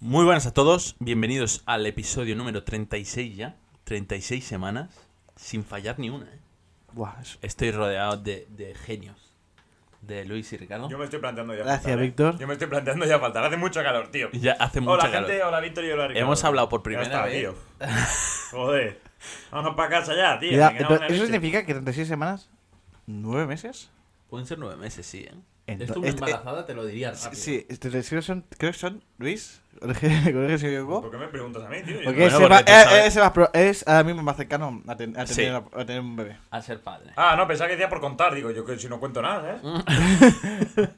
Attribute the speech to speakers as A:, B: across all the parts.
A: Muy buenas a todos, bienvenidos al episodio número 36 ya, 36 semanas, sin fallar ni una. ¿eh?
B: Buah, eso.
A: Estoy rodeado de, de genios, de Luis y Ricardo.
C: Yo me estoy planteando ya.
B: Gracias,
C: faltar, ¿eh?
B: Víctor.
C: Yo me estoy planteando ya faltar. Hace mucho calor, tío.
A: Ya hace mucho
C: Hola,
A: calor.
C: gente. Hola, Víctor y hola, Ricardo.
A: Hemos hablado por
C: Ya
A: primera
C: está,
A: vez.
C: tío. Joder. Vámonos para casa ya, tío.
B: Mira,
C: me cago en la
B: pero ¿Eso
C: leche.
B: significa que 36 semanas? ¿Nueve meses?
A: Pueden ser nueve meses, sí. ¿eh?
B: Ento-
A: Esto una
B: este-
A: embarazada te lo diría
B: Sí,
A: rápido.
B: Sí, este, creo, que son, creo que son, Luis, corrige- corrige si me equivoco.
C: ¿Por qué me preguntas a mí, tío? Yo
B: Porque
C: no-
B: es,
A: Bueno,
B: el
A: porque
B: más-
A: tú
B: eh,
A: sabes.
B: es el más pro- es ahora mismo más cercano a, ten- a
A: Sí.
B: tener, a tener un bebé.
A: A ser padre.
C: Ah, no, pensaba que decía por contar. Digo, yo que si no cuento nada, ¿eh?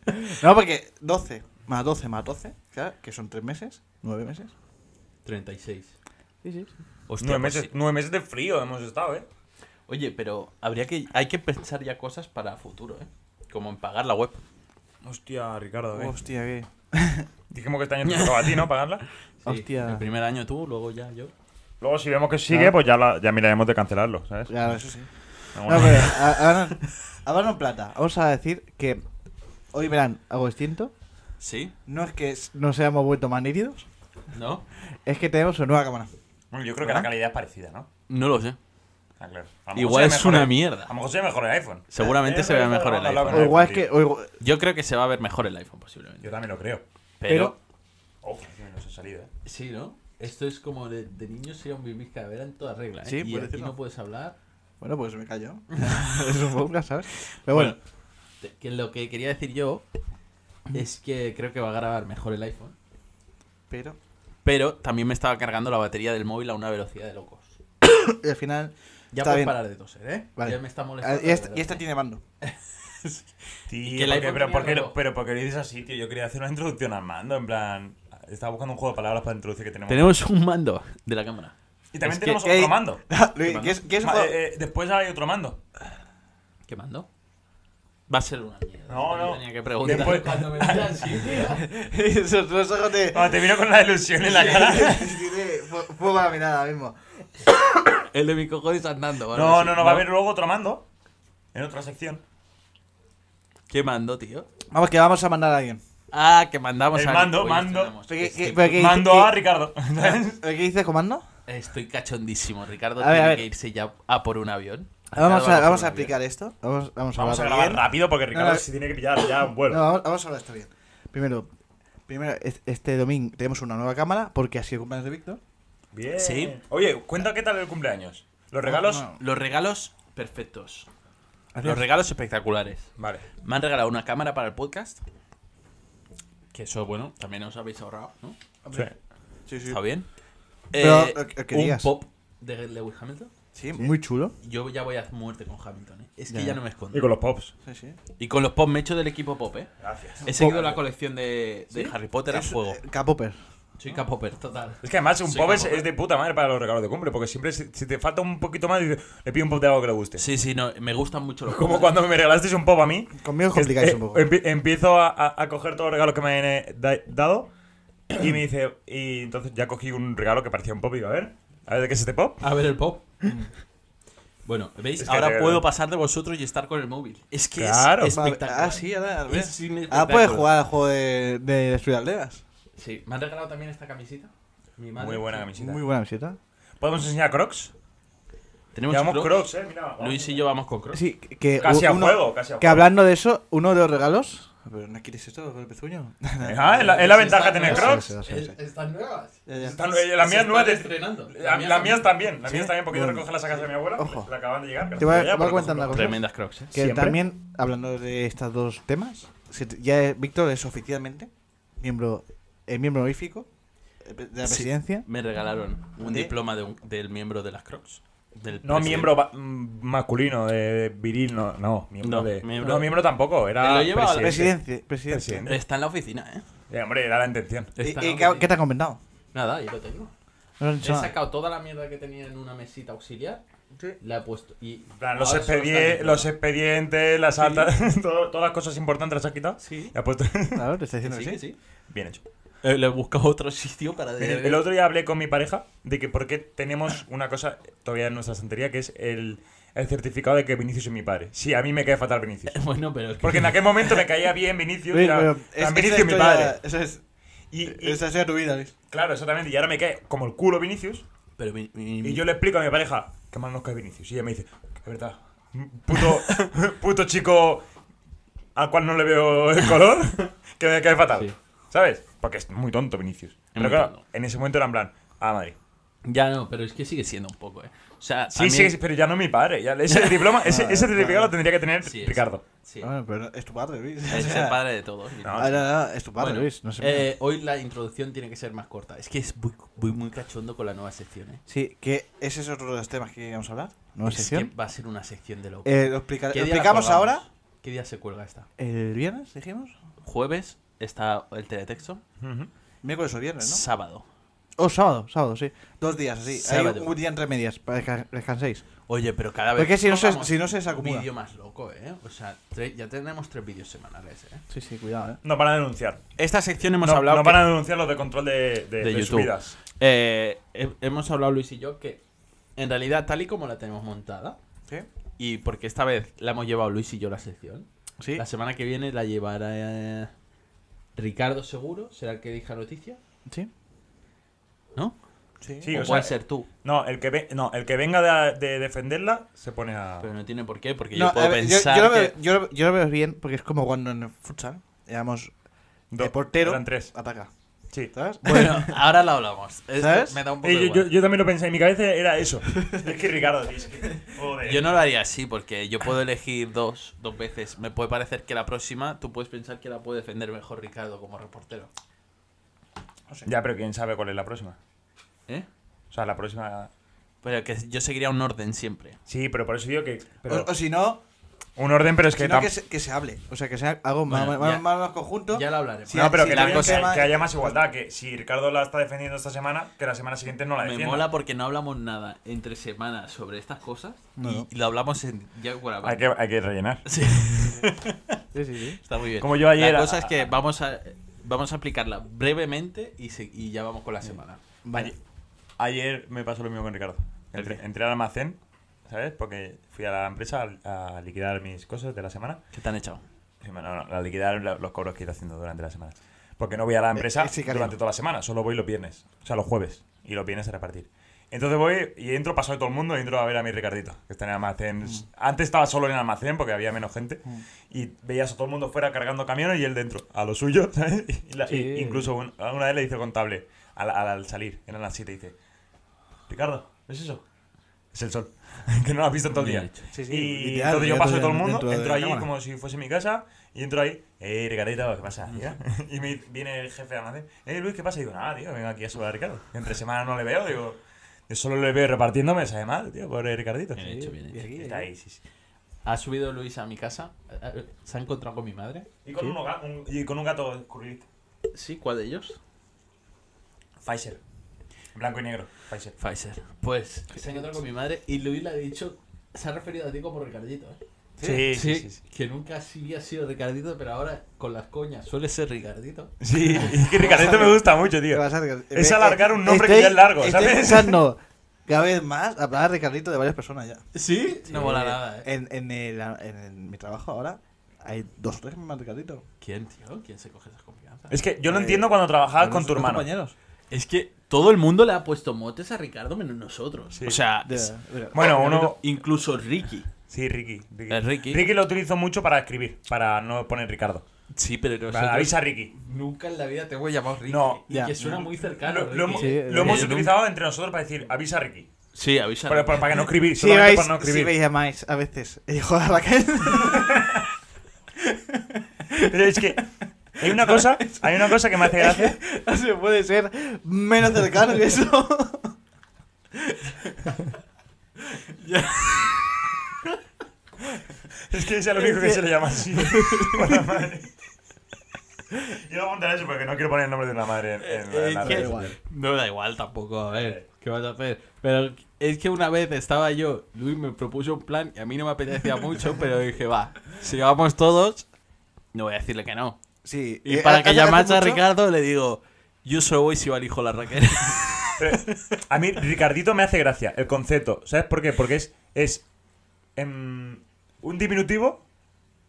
B: No, porque 12 más 12 más 12, claro, que son 3 meses, 9 meses.
A: 36.
B: Sí, sí.
A: Hostia,
C: Nueve
A: pues
C: meses,
A: sí.
C: nueve meses de frío hemos estado, ¿eh?
A: Oye, pero habría que, hay que pensar ya cosas para futuro, ¿eh? Como en pagar la web.
C: Hostia, Ricardo, ¿eh?
B: Hostia, qué.
C: Dijimos que este año te tocaba a ti, ¿no? Pagarla.
A: Sí,
B: Hostia.
A: El primer año tú, luego ya yo.
C: Luego, si vemos que
B: sigue,
C: pues ya, ya miraremos de cancelarlo, ¿sabes?
B: Claro, eso sí. No, pero a- ahora, ahora no en plata. Vamos a decir que hoy verán algo distinto.
A: Sí,
B: No es que s- nos hayamos vuelto más nítidos,
A: ¿no?
B: es que tenemos una nueva cámara.
C: Bueno, yo creo que la calidad es parecida, ¿no?
A: No lo sé.
C: Ah, claro. A lo mejor
A: Igual
C: se
A: es
C: mejora-
A: una mierda.
C: A lo mejor se mejor el iPhone.
B: Eh,
A: Seguramente se vea mejor el
C: Vamos a hablar
A: iPhone.
C: con
B: O
C: el
B: igual es
C: iPhone,
B: que.
C: tío.
B: o igual-
A: Yo creo que se va a ver mejor el iPhone
C: Yo
A: posiblemente.
C: también lo creo.
A: Pero,
C: Ojo, que nos ha salido, ¿eh?
A: sí, ¿no? Esto es como de, de niño sería un bibis calavera en toda regla. ¿eh?
B: Sí,
A: y
B: puede
A: aquí
B: ser,
A: no
B: ¿no?
A: puedes hablar.
B: Bueno, pues me callo. es un podcast, ¿sabes? Pero bueno,
A: te- que lo que quería decir yo es que creo que va a grabar mejor el iPhone.
B: pero.
A: Pero también me estaba cargando la batería del móvil a una velocidad de locos.
B: Y al final.
A: Ya
B: Está
A: puedes
B: bien.
A: parar de toser, ¿eh?
B: Vale.
A: Ya me está
B: Ah,
A: molestando.
B: Y
A: de
B: esta,
A: verdad.
B: y esta tiene mando.
A: Y
C: Tío,
A: que el
C: ¿por
A: iPhone
C: qué- pero,
A: tenía
C: ¿por qué,
A: reloj.
C: lo- pero ¿por qué lo dices así, tío? Yo quería hacer una introducción al mando, en plan... Estaba buscando un juego de palabras para introducir que tenemos.
A: Tenemos un mando de la cámara.
C: Y también
A: es que-
C: tenemos
B: ¿Qué
C: otro
B: hay?
C: mando.
B: Luis, ¿qué es, qué es un
C: Ma-
B: juego?
C: eh, eh, después hay otro mando.
A: ¿Qué mando? Va a ser una mierda.
C: No,
A: Yo
C: no.
A: Tenía que preguntar.
C: Después-
A: Cuando me miras así, tío.
B: Esos dos ojos de.
C: Ah, te vino con la ilusión en la cara.
B: Tiene fu- Fuego a la mirada ahora mismo.
A: El de mi cojones andando. o algo
C: No,
A: así,
C: no, no, va a haber luego otro mando. En otra sección.
A: ¿Qué mando, tío?
B: Vamos, que vamos a mandar a alguien.
A: Ah, que mandamos
C: El
A: a-
C: mando,
A: Uy,
C: mando.
A: estrenamos.
B: Pero que-
A: Estoy,
B: que- pero que-
C: Mando a Ricardo.
B: ¿Eh, ¿Qué dices, comando?
A: estoy cachondísimo. Ricardo
B: A ver,
A: tiene
B: a ver.
A: que irse ya a por un avión. Ricardo
B: Vamos a,
A: por
B: vamos
A: un avión.
B: a explicar esto. Vamos, vamos a
C: Vamos a
B: hablar
C: grabar
B: bien.
C: rápido porque Ricardo
B: no.
C: se tiene que pillar ya un
B: No,
C: vuelo.
B: vamos, vamos a hablar esto bien. Primero, primero es- este domingo tenemos una nueva cámara porque ha sido cumpleaños de Víctor.
C: Bien.
A: Sí.
C: Oye, cuenta qué tal el cumpleaños. Los regalos...
B: No, no.
A: Los regalos perfectos. Los
B: Gracias.
A: regalos espectaculares.
C: Vale.
A: Me han regalado una cámara para el podcast. Que eso, bueno, también os habéis ahorrado, ¿no?
C: Sí.
B: Sí, sí.
A: Está bien. Eh,
B: Pero, lo que- lo que
A: un
B: digas.
A: pop de Lewis Hamilton.
B: Sí, muy chulo.
A: Yo ya voy a muerte con Hamilton, ¿eh? Es que
B: Ya.
A: ya no me escondo.
C: Y con los pops.
B: Sí, sí.
A: Y con los pop me he hecho del equipo pop, ¿eh?
C: Gracias.
A: He seguido la colección de, de Harry Potter a
B: Es,
A: fuego.
B: eh, K-popper.
A: Soy capopper, total.
C: Es que además un
A: Sí,
C: pop
A: como
C: es,
A: que-
C: es de puta madre para los regalos de cumple, porque siempre si, si te falta un poquito más, dices, le pido un pop de algo que le guste.
A: Sí, sí, no, me gustan mucho los
C: Como
A: pops.
C: cuando me regalasteis un pop a mí.
B: Conmigo os
C: que es-
B: complicáis
C: eh,
B: un poco.
C: empi- empiezo a, a- a coger todos los regalos que me han eh, da- dado y me dice, y entonces ya cogí un regalo que parecía un pop y digo, a ver, a ver de qué es este pop.
A: A ver el pop. Mm. Bueno, ¿veis?
C: Es que de
A: Ahora
C: verdad.
A: puedo pasar de vosotros y estar con el móvil. Es que
C: Claro.
A: es espectacular.
B: Ah, sí, ahora. al revés.
A: Es
C: Ah,
A: un
B: Ahora
A: espectáculo.
B: Ah, puedes jugar al juego de, de destruir aldeas.
A: Sí, me han regalado también esta camiseta. Mi madre.
C: Muy buena
A: Sí.
C: camiseta.
B: Muy buena visita.
C: ¿Podemos enseñar Crocs?
A: Tenemos
C: Llevamos
A: Crocs.
C: Crocs, eh, mira. vamos.
A: Luis y yo vamos con Crocs.
B: Sí, que
C: Casi a
B: uno-
C: juego, casi a
B: Que
C: juego.
B: hablando de eso, uno de los regalos. Pero no quieres esto, el pezuño.
C: Ah, es la, es la ventaja de tener
B: Sí,
C: Crocs.
B: sí, sí, sí.
A: Están nuevas.
B: Ya, ya.
C: Están- eh, las
A: Se
C: mías
A: están
C: nuevas de-
A: estrenando.
C: La,
A: Las
C: la
A: mías
C: mías también, las
B: Sí.
C: mías también, porque
B: Bueno.
C: recoge las sacas de mi abuela,
B: Ojo.
C: la acaban de llegar.
B: Te voy a,
C: gracias a ella,
B: voy a
C: por
B: contar una cosa.
A: Tremendas Crocs, eh.
B: Que
C: Siempre.
B: también, hablando de estos dos temas, se te- ya eh, Víctor es oficialmente miembro, eh, miembro honorífico eh, de la
A: Sí.
B: presidencia.
A: Me regalaron un
B: ¿De?
A: diploma de un- del miembro de las Crocs. Del
C: No
A: presidente.
C: miembro va- mm, masculino, de de viril, no, no, miembro
A: No,
C: de...
A: miembro-
C: No, miembro tampoco,
A: Él
C: era
A: lo lleva a la
B: Presidencia. presidencia.
C: Presidente.
A: Está en la oficina, ¿eh?
C: Eh, hombre, era la intención.
B: ¿Y-
A: Está en
B: y
A: la
B: qué,
A: oficina.
B: qué te han comentado?
A: Nada, yo lo tengo.
B: No han
A: He
B: dicho nada.
A: sacado toda la mierda que tenía en una mesita auxiliar. La he puesto. Y
C: En plan, los,
A: ahora solo Ah,
C: expedie-
A: está el diploma.
C: los expedientes, las altas, todo- todas las cosas importantes las has quitado.
A: Sí.
C: Y has puesto...
B: Claro, te está
A: Que
B: diciendo
A: sí,
B: que
A: que
B: sí.
A: sí.
C: Bien hecho.
A: Eh, Le he buscado otro sitio para...
C: El, el otro día hablé con mi pareja de que por qué tenemos una cosa todavía en nuestra santería, que es el, el certificado de que Vinicius es mi padre. Sí, a mí me cae fatal Vinicius.
A: Bueno, pero es que...
C: Porque en aquel momento me caía bien Vinicius.
B: Oye,
C: era-
B: pero
C: era
B: es-
C: Vinicius
B: esa
C: mi
B: historia-
C: padre.
B: esa es-
C: Y, y-
B: Esa sea tu vida, Luis.
C: claro, exactamente. Y ahora me cae como el culo Vinicius.
A: Pero mi- mi-
C: Y yo le explico a mi pareja que mal nos cae Vinicius. Y ella me dice, es verdad. Puto, puto chico al cual no le veo el color, que me cae fatal.
A: Sí.
C: ¿Sabes? Porque es muy tonto Vinicius. Pero
A: muy
C: claro,
A: tonto.
C: en ese momento era en plan, ah, Madrid.
A: Ya no, pero es que sigue siendo un poco, ¿eh? O sea, a
C: Sí,
A: mí-
C: sí, sí, pero ya no es mi padre. ya- ese diploma, ese, ese certificado lo tendría que tener
A: Ah, Sí, es-
C: Ricardo.
A: sí.
B: Ah, pero es tu padre, Luis. O
A: Es
B: sea,
A: el padre de todos.
C: No,
B: Ah, no, no, es tu padre,
A: Bueno,
B: Luis. No sé.
A: eh, hoy la introducción tiene que ser más corta. Es que es muy, muy, muy cachondo con la nueva sección, ¿eh?
B: Sí, que ese es otro de los temas que íbamos a hablar. Nueva
A: es
B: sección.
A: que va a ser una sección de loco.
B: Eh, lo, explica-
A: ¿Qué
B: lo
A: día la
B: explicamos
A: colgamos?
B: ahora.
A: ¿Qué día se cuelga esta?
B: El viernes, dijimos.
A: Jueves está el teletexto.
C: Ujú.
B: Miércoles o viernes, ¿no?
A: Sábado.
B: O sábado, sábado, sí. Dos días así. Hay
A: Sábado.
B: un día entre medias para que descanséis.
A: Oye, pero cada vez
B: Porque si no se-
A: pongamos
B: si no se desacumula.
A: Un vídeo más loco, ¿eh? O sea, tre- ya tenemos tres vídeos semanales, ¿eh?
B: Sí, sí, cuidado, eh.
C: Nos van a denunciar.
A: Esta sección hemos
C: No-
A: hablado.
C: nos van a denunciar los de control de,
A: de
C: de, de
A: YouTube.
C: subidas.
A: Eh, he- hemos hablado Luis y yo que en realidad tal y como la tenemos montada
B: Sí.
A: y porque esta vez la hemos llevado Luis y yo la sección,
B: Sí.
A: la semana que viene la llevará eh, Ricardo seguro, será el que diga noticia,
B: Sí.
A: ¿no?
B: Sí.
C: Sí.
A: o,
C: o sea,
A: puede ser tú,
C: No, el que, ve- no, el que venga de, a- de defenderla se pone a.
A: pero no tiene por qué porque
B: No,
A: yo puedo
B: a ver, yo,
A: pensar
B: yo lo veo,
A: que-
B: yo lo- yo lo veo bien porque es como cuando en el futsal éramos
C: do-
B: de portero, Ah,
C: Eran tres.
B: ataca.
C: Sí.
B: ¿Sabes?
A: Bueno, ahora la hablamos. Es que
B: ¿Sabes?
A: Me da un poco
C: Eh, yo,
A: igual.
C: yo- yo también lo pensé, en mi cabeza era eso. es que Ricardo, tío, es que- joder.
A: Yo no lo haría así porque yo puedo elegir dos, dos veces. Me puede parecer que la próxima tú puedes pensar que la puede defender mejor Ricardo como reportero.
C: Ya, pero quién sabe cuál es la próxima.
A: ¿Eh?
C: O sea, la próxima.
A: Pero que yo seguiría un orden siempre.
C: Sí, pero por eso digo que. pero-
B: O, o si no,
C: un orden, pero es que.
B: si no,
C: tam-
B: que, se, que se hable. O sea, que sea algo más,
A: Bueno,
B: más-
A: ya-
B: más- más conjunto.
A: Ya lo hablaremos.
B: Sí,
C: no, pero
B: sí,
C: que,
B: la
C: también
B: cosa-
C: que- que haya más igualdad. Que si Ricardo la está defendiendo esta semana, que la semana siguiente no la
A: Me
C: defienda.
A: mola porque no hablamos nada entre semanas sobre estas cosas
B: No,
A: y,
B: no.
A: y lo hablamos en ya grabado.
C: Hay que, hay que rellenar.
A: Sí,
B: Sí, sí, sí.
A: está muy bien.
C: Como yo ayer
A: La
C: a-
A: cosa es que vamos a vamos a aplicarla brevemente y, se- y ya vamos con la semana.
B: Vale.
C: Ayer, ayer me pasó lo mismo con Ricardo. Entré, entré al almacén, ¿sabes? Porque fui a la empresa a, a liquidar mis cosas de la semana.
A: ¿Qué te han echado?
C: Sí, No, no, a liquidar la- los cobros que he ido haciendo durante la semana. Porque no voy a la empresa
B: Eh, eh, sí, cariño.
C: durante toda la semana, solo voy los viernes. O sea, los jueves. Y los viernes a repartir. Entonces voy y entro, paso de todo el mundo y entro a ver a mi Ricardito, que está en el almacén. Antes estaba solo en el almacén porque había menos gente. Y veías a todo el mundo fuera cargando camiones y él dentro, a lo suyo, ¿sabes? Y la-
B: Sí.
C: y- incluso un- una vez le dice contable, al, al- al salir, eran las 7, dice, Ricardo, ¿ves eso? Es el sol, que no lo has visto en todo el
A: Bien
C: día.
A: hecho.
B: Sí, sí,
C: y
B: literal,
C: entonces yo
B: literal,
C: paso de todo el
B: dentro
C: mundo,
B: de
C: entro
B: la
C: allí
B: cámara.
C: como si fuese mi casa, y entro ahí, eh, Ricardito, ¿qué pasa? tío?" Y me viene el jefe de almacén, eh, Luis, ¿qué pasa? Y digo, nada, tío, vengo aquí a saludar a Ricardo. Entre semana no le veo, digo, yo solo le veo repartiéndome, sabe mal, tío, pobre Ricardito.
A: Bien hecho, bien
B: Y
A: hecho.
B: aquí,
C: Está
B: aquí.
C: ahí, sí, sí.
A: Ha subido Luis a mi casa. eh, ¿Se ha encontrado con mi madre?
C: Y con, uno ga- un, y con un gato escurridizo.
A: Sí, ¿cuál de ellos?
C: Pfizer. Blanco y negro. Pfizer.
A: Pfizer. Pues se ha encontrado con mi madre y Luis le ha dicho, se ha referido a ti como Ricardito. ¿eh?
C: Sí, sí, sí.
A: Que nunca sí había sido Ricardito, pero ahora con las coñas suele ser Ricardito.
C: Sí, es que Ricardito me gusta mucho, tío.
B: ¿Qué vas a hacer?
C: Es
B: Eh,
C: alargar
B: eh,
C: un nombre que
B: estoy-
C: ya es largo,
B: Estoy
C: ¿sabes?
B: pensando cada vez más hablar de Carlito de varias personas ya.
A: ¿Sí? No mola nada, ¿eh?
B: En, en, el- en el- mi trabajo ahora hay dos o tres más de Carlito.
A: ¿Quién, tío? ¿Quién se coge esas confianzas?
C: Es que yo no
B: Eh,
C: entiendo cuando trabajabas
B: Algunos
C: con tu
B: otros
C: hermano.
B: compañeros.
A: Es que todo el mundo le ha puesto motes a Ricardo menos nosotros.
C: Sí.
A: O sea,
B: De-
A: es-
B: de-
C: Bueno, uno.
A: incluso Ricky.
C: Sí, Ricky. Ricky.
A: Eh, Ricky.
C: lo utilizo mucho para escribir, para no poner Ricardo.
A: Sí, pero
C: Para- avisa a Ricky.
A: nunca en la vida te voy a llamar Ricky.
C: No.
A: y
B: Ya.
A: que suena muy cercano.
C: Lo, lo
A: Ricky.
C: hemos-
B: Sí,
C: lo
B: eh,
C: hemos
A: yo nunca-
C: utilizado entre nosotros para decir avisa a Ricky.
A: Sí, avisa. a
C: Para,
A: Ricky.
C: para- para que no escribir,
B: Si
C: solamente
B: vais,
C: para no
B: si
C: escribir.
B: me llamáis a veces, eh, hijo de Raquel.
C: Pero es que hay una cosa, hay una cosa que me hace gracia.
B: No se puede ser menos cercano que eso.
C: Es que es el único que se le llama así. Por la madre. Yo voy a apuntar eso porque no quiero poner el nombre de una madre en, en la- en la
A: Eh, que-
C: red.
A: No da igual tampoco, a
C: Eh.
A: ver, ¿qué vas a hacer? Pero es que una vez estaba yo, Luis me propuso un plan y a mí no me apetecía mucho, pero dije, va, si vamos todos, no voy a decirle que no.
B: Sí.
A: Y
B: eh,
A: para
B: hace-
A: que
B: hace
A: llamase a
B: mucho-
A: Ricardo le digo, yo solo voy si va el hijo la Raquel.
C: Pero a mí Ricardito me hace gracia el concepto. ¿Sabes por qué? Porque es, es em, un diminutivo,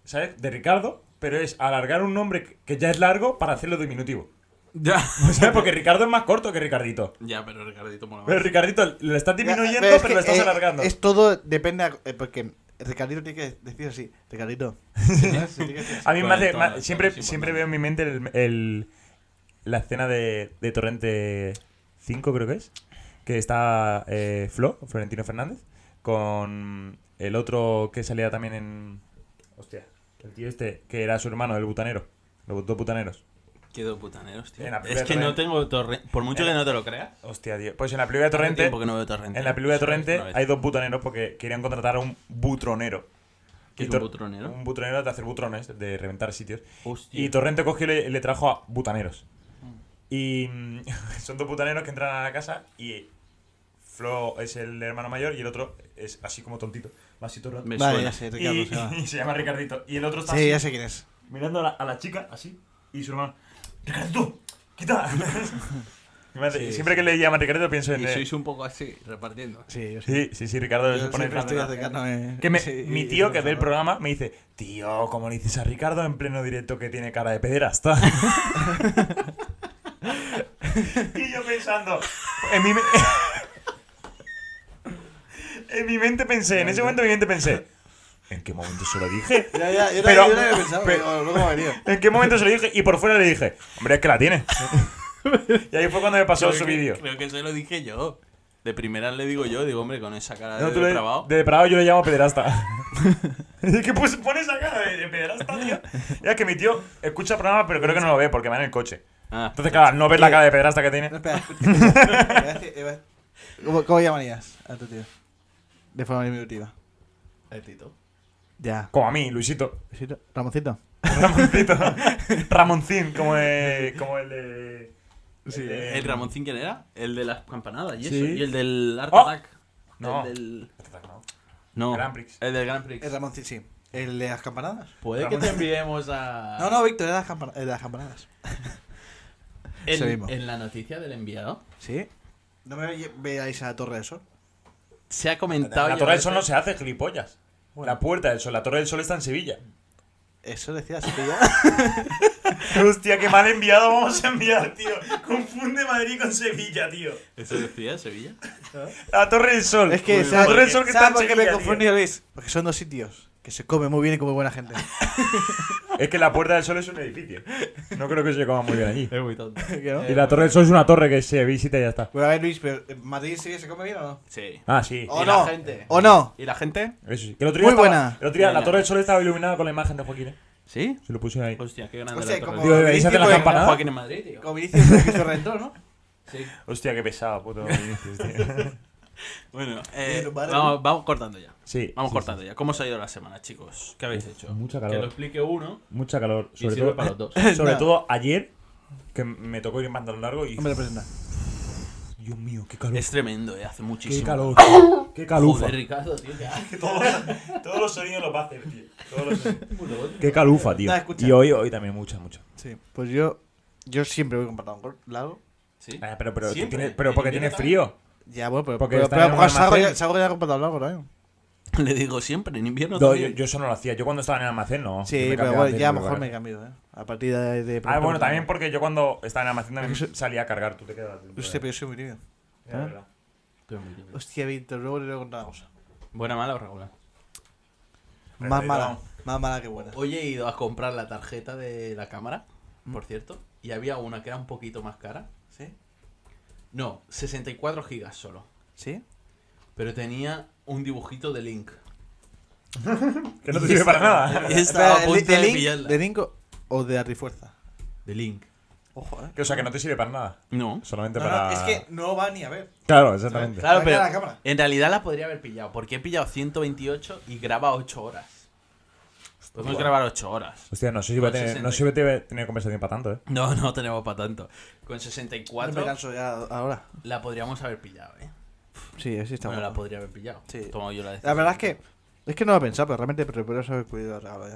C: ¿sabes? De Ricardo, pero es alargar un nombre que ya es largo para hacerlo diminutivo.
A: Ya.
C: ¿Sabes? Porque Ricardo es más corto que Ricardito.
A: Ya, pero Ricardito mola
C: Pero
A: más.
C: Ricardito le estás
B: Ya,
C: disminuyendo,
B: es
C: pero
B: que
C: lo estás
B: es-
C: alargando.
B: Es todo, depende. a- eh, porque Ricardito tiene que decir así: Ricardito. ¿sabes? Tiene que decir así.
C: A mí me
A: Bueno,
C: hace.
A: todo,
C: ma-
A: todo
C: siempre,
A: es importante.
C: siempre veo en mi mente el, el- la escena de, de Torrente 5, creo que es. Que está eh, Flo, Florentino Fernández, con el otro que salía también en. Hostia, el tío este, que era su hermano, el butanero. Los dos butaneros.
A: Qué dos putaneros, tío.
C: En la
A: Es
C: primera
A: que no
C: torre-
A: tengo torrente. Por mucho que no te lo creas.
C: Hostia, tío. Pues en la película de
A: hace
C: Torrente.
A: tiempo que no veo torrente.
C: En la película de
A: Solo he
C: Torrente
A: visto una vez.
C: hay dos butoneros porque querían contratar a un butronero.
A: ¿Qué
C: Y
A: es un
C: Tor-
A: butronero?
C: Un butronero de hacer butrones, de reventar sitios.
A: Hostia.
C: Y Torrente cogió y le, le trajo a butaneros. Y mm, son dos butaneros que entran a la casa y Flo es el hermano mayor y el otro es así como tontito. va así todo el rato.
A: Me
B: Vale,
A: suena.
B: ya sé,
C: Y,
B: Ricardo. se va.
C: y se llama Ricardito. Y el otro está
B: Sí, ya
C: así,
B: sé quién es.
C: mirando a la, a la chica así y su hermano. ¡Ricardito! ¡Quita! Y me hace-
A: Sí,
C: siempre que le llaman Ricardo pienso en...
A: Y
C: eh,
A: sois un poco así, repartiendo.
B: Sí, yo sé.
C: Sí, sí, sí, Ricardo se
B: Yo
C: pone
B: siempre estoy
C: detrás de la-
B: acercándome.
C: que me-
B: Sí,
C: mi
B: y-
C: tío
B: y-
C: que ve el programa me dice, tío, ¿cómo le dices a Ricardo en pleno directo que tiene cara de pederasta? y yo pensando, en mi, me- en mi mente pensé, en ese momento en mi mente pensé, ¿en qué momento se lo dije?
B: Ya, ya, yo
C: Pero-
B: también- yo también pensaba,
C: pero-
B: digo, ¿cómo ha venido?
C: ¿En qué momento se lo dije? Y por fuera le dije, hombre, es que la tiene. y ahí fue cuando me pasó
A: Creo
C: su
A: que-
C: vídeo.
A: Creo que se lo dije yo. De primera le digo yo, digo, hombre, con esa cara
C: No,
A: Ah, de
C: tú le-
A: depravado.
C: de depravado yo le llamo pederasta. es que pues pone esa cara de, de pederasta, tío. Ya que mi tío escucha el programa, pero creo que no lo ve porque va en el coche.
A: Ah,
C: Entonces, claro, al no ver la cara de pederasta que tiene.
B: No, espera, escucha. Te voy a decir- ¿Cómo, cómo llamarías a tu tío? De forma diminutiva.
A: el Tito.
B: Ya.
C: Como a mí, Luisito.
B: Luisito, Ramoncito.
C: Ramoncito. Ramoncín, como, de- como el de.
B: Sí,
C: de-
A: Eh, ¿El Ramoncín quién era? El de las campanadas y
B: Sí.
A: eso. Y el del Art
C: ¡Oh!
A: Attack.
C: No.
A: El del.
C: No.
A: No.
C: Grand Prix.
A: El del Grand Prix.
B: El Ramoncito, sí. ¿El de las campanadas?
A: Puede que
C: Ramón-
A: te enviemos a.
B: No, no, Víctor, era las campana- el de las campanadas.
A: En,
B: ese mismo.
A: en la noticia del enviado
B: ¿Sí? ¿No me ve- veáis a la Torre del Sol?
A: se ha comentado.
C: La
A: ya
C: Torre del
A: veces-
C: Sol no se hace, gilipollas. La Puerta del Sol, la Torre del Sol está en Sevilla.
B: Eso decía Sevilla.
C: Hostia, qué mal enviado vamos a enviar, tío. Confunde Madrid con Sevilla, tío.
A: Eso decía Sevilla.
C: La Torre del Sol. Pues,
B: es que,
C: la
B: ¿sabes,
C: Torre del Sol que está
B: ¿sabes
C: en
B: por qué me
C: Sevilla,
B: he
C: tío.
B: confundido, Luis? Porque son dos sitios que se come muy bien y come buena gente.
C: Es que la Puerta del Sol es un edificio. No creo que se coma muy bien allí.
A: Es muy tonto.
B: ¿Qué no?
C: Y la Torre del Sol es una torre que se visita y ya está.
B: Bueno, a ver, Luis, pero ¿en Madrid y Sevilla se come bien o no?
A: Sí.
C: Ah, sí.
B: ¿O
A: ¿Y la
B: no?
A: gente?
B: ¿O no?
A: ¿Y la gente?
C: Eso sí. Que el otro día
B: Muy
C: estaba-
B: buena.
C: El otro día la
A: Buena.
C: Torre del Sol estaba iluminada con la imagen de Joaquín. ¿eh?
A: ¿Sí?
C: Se lo pusieron ahí.
A: Hostia, qué grande
B: Hostia,
A: la
B: como
A: torre.
C: Digo, ¿deberíais hacer la
B: Vinicius,
C: campanada?
A: Joaquín en Madrid, tío.
B: Como Vinicius de Cristo Redentor, ¿no?
A: Sí.
C: Hostia, qué pesado, puto. Vinicius, tío.
A: Bueno, eh,
B: Pero vale.
A: vamos, vamos cortando ya.
C: sí.
A: Vamos
C: sí,
A: cortando ya. ¿Cómo os ha ido la semana, chicos? ¿Qué habéis
C: Uf,
A: hecho?
C: mucha
A: Que
C: calor.
A: lo explique uno
C: sí. Mucha calor.
A: y
C: Sobre,
A: sirve
C: todo, eh,
A: para los dos.
C: sobre
B: No.
C: todo ayer, que me tocó ir en pantalón largo y.
B: No me lo presenta.
C: Dios mío, qué calor.
A: Es tremendo, eh, hace
C: Qué
A: muchísimo.
C: calor. qué calufa.
A: Joder, Ricardo, tío, qué asco.
C: Que todos, todos los sonidos los va a hacer, tío. Todos los sonidos.
A: Puto.
C: Qué calufa, tío.
B: Nada, escucha.
C: y hoy, hoy también mucha, mucha.
B: Sí. Pues yo, yo siempre voy con pantalón cor- largo.
A: Sí.
C: Ah, pero, pero, tú
A: Siempre. eh,
C: tienes- pero porque
A: ¿En
C: tiene
A: invierno
C: frío.
B: Ya, bueno, pero,
C: Porque
B: pero,
C: está
B: pero
C: en un
B: pues, salgo,
C: almacén.
B: ya, salgo ya con pantalón largo también.
A: Le digo siempre, en invierno
C: No, yo,
A: también.
C: yo eso no lo hacía. Yo cuando estaba en el almacén, no. Yo me
B: Sí, pero
C: cambiaba
B: bueno,
C: antes
B: ya a
C: de
B: lo mejor me
C: lugar.
B: cambio, ¿eh? A partir de... de
C: Ah, bueno, también porque yo cuando estaba en el almacén
B: Es que
C: también
B: eso-
C: salía a cargar. Tú te quedabas. tú,
B: Hostia,
C: ¿verdad?
B: pero yo soy muy tímido.
C: Ya, ¿verdad?
B: ¿eh? Hostia, Víctor, luego le voy a contar una cosa.
A: Buena, mala o regular.
B: Más
C: Perfecto.
B: mala, más mala que buena.
A: Hoy he ido a comprar la tarjeta de la cámara, por cierto, y había una que era un poquito más cara.
B: ¿Sí?
A: No, 64 gigas solo.
B: ¿Sí?
A: Pero tenía un dibujito de Link.
C: Que no te sirve para nada.
A: Y estaba a
B: Espera,
A: punto
B: ¿de,
A: de,
B: Link-
A: pillarla.
B: de Link o- o de Arrifuerza?
A: De Link.
B: Ojo, eh.
C: Que, o sea, que no te sirve para nada.
A: No.
C: Solamente
B: No,
C: para.
B: no, es que no va ni a ver.
C: Claro, exactamente.
A: Claro,
B: Saca la
A: pero
B: cámara.
A: en realidad la podría haber pillado, porque he pillado 128 y graba 8 horas. Podemos
C: Hostia.
A: grabar 8 horas.
C: Hostia, no sé si voy a
A: Con
B: Pues
C: tener,
A: 60.
C: no sé si voy a tener- tener conversación para tanto, ¿eh?
B: Mm,
A: No, no tenemos para tanto. Con
B: No me
A: 64
B: canso ya ahora.
A: la podríamos haber pillado, ¿eh?
B: Sí, sí, está
A: Bueno,
B: bueno.
A: la podría haber pillado.
B: Sí.
A: Tomo yo la decisión.
B: La verdad es que... Es que no lo he pensado, pero realmente prefiero saber cuidado el regalo ya.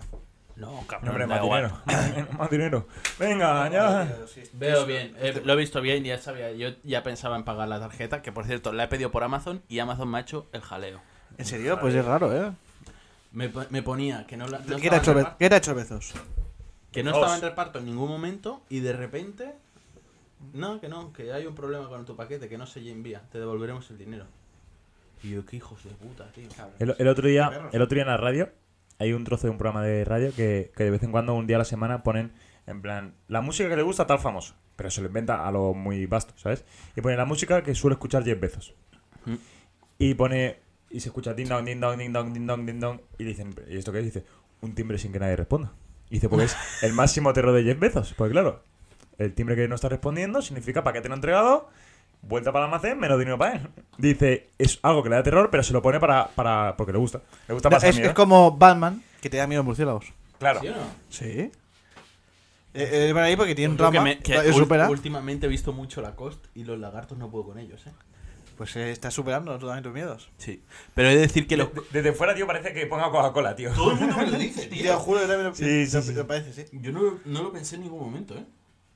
A: No,
C: No,
A: cabrón.
C: hombre,
A: da
C: más
A: igual.
C: dinero. más dinero. Venga, ya.
A: Veo bien, eh, lo he visto bien, ya sabía, yo ya pensaba en pagar la tarjeta, que por cierto, la he pedido por Amazon y Amazon me ha hecho el jaleo.
B: ¿En serio? Pues es raro, ¿eh?
A: Me, po- me ponía que no, la, no
B: ¿Qué te
A: estaba en
B: ha hecho Be-
A: reparto-
B: qué te ha hecho Bezos?
A: que no
C: Dos.
A: estaba en reparto en ningún momento y de repente No, que no, que hay un problema con tu paquete, que no se envía. Te devolveremos el dinero. Y yo, qué hijos de puta, tío.
C: El, el otro día, el otro día en la radio, hay un trozo de un programa de radio que, que de vez en cuando, un día a la semana, ponen en plan la música que le gusta a tal famoso, pero se lo inventa a lo muy vasto, ¿sabes? Y pone la música que suele escuchar 10 veces. Y pone, y se escucha ding dong, ding dong, ding dong, ding dong, ding dong. Y dicen, ¿y esto qué es? Dice, un timbre sin que nadie responda. Y dice, porque es el máximo terror de 10 veces. Pues claro, el timbre que no está respondiendo significa paquete no entregado, vuelta para el almacén, menos dinero para él. Dice, es algo que le da terror, pero se lo pone para, para porque le gusta. Le gusta pasar
B: Es,
C: miedo.
B: es como Batman, que te da miedo murciélagos.
C: ¿eh? Claro.
A: ¿Sí o no?
B: Sí. Es por ahí porque tiene un
A: Yo que
B: rama.
A: me- que
B: Pues lo
A: ul-
B: supera.
A: últimamente he visto mucho la cost y los lagartos no puedo con ellos, eh.
B: Pues eh, estás superando totalmente tus miedos.
A: Sí. Pero he de decir que los.
C: De- Desde fuera, tío, parece que ponga Coca-Cola, tío.
A: Todo el mundo me lo dice,
B: Te lo
A: tío.
B: juro que también lo,
C: Sí, sí,
B: lo-
C: sí.
B: lo parece, sí.
A: Yo no, no lo pensé en ningún momento, eh.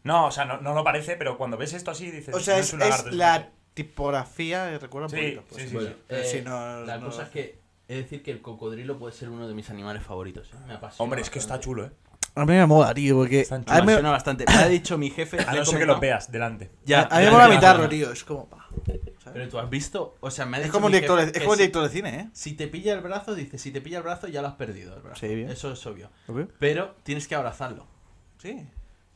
C: No, o sea, no, no lo parece, pero cuando ves esto así dices.
B: O sea,
C: "No
B: es,
C: un lagarto,
B: es
C: un
B: la
C: lagarto".
B: tipografía, eh, recuerda un
C: Sí,
B: poquito.
C: sí, sí.
B: Bueno,
A: Bueno,
B: pero
A: eh,
B: si no-
A: la
B: no-
A: cosa es que he de decir que el cocodrilo puede ser uno de mis animales favoritos. eh. Me apasiona.
C: Hombre, es que está
A: bastante.
C: chulo, eh.
B: A mí me mola, tío, porque.
C: Están
B: A mí
A: Me
B: me,
A: apasiona bastante. Me ha dicho mi jefe.
C: A
A: le he
C: no ser que
A: comentado.
C: lo veas delante.
A: Ya,
B: a mí me
A: ya,
B: mola
A: ya,
B: imitarlo,
A: ya.
B: tío. Es como. pa, ¿sabes?
A: Pero tú has visto, o sea, me ha
B: Es
A: dicho
B: como, un
A: mi
B: director,
A: jefe
B: es
A: que
B: como un
A: si-
B: director de cine, ¿eh?
A: Si te pilla el brazo, dice, si te pilla el brazo ya lo has perdido el brazo.
B: Sí, bien.
A: Eso es obvio.
B: ¿Lo
A: Pero tienes que abrazarlo.
B: Sí.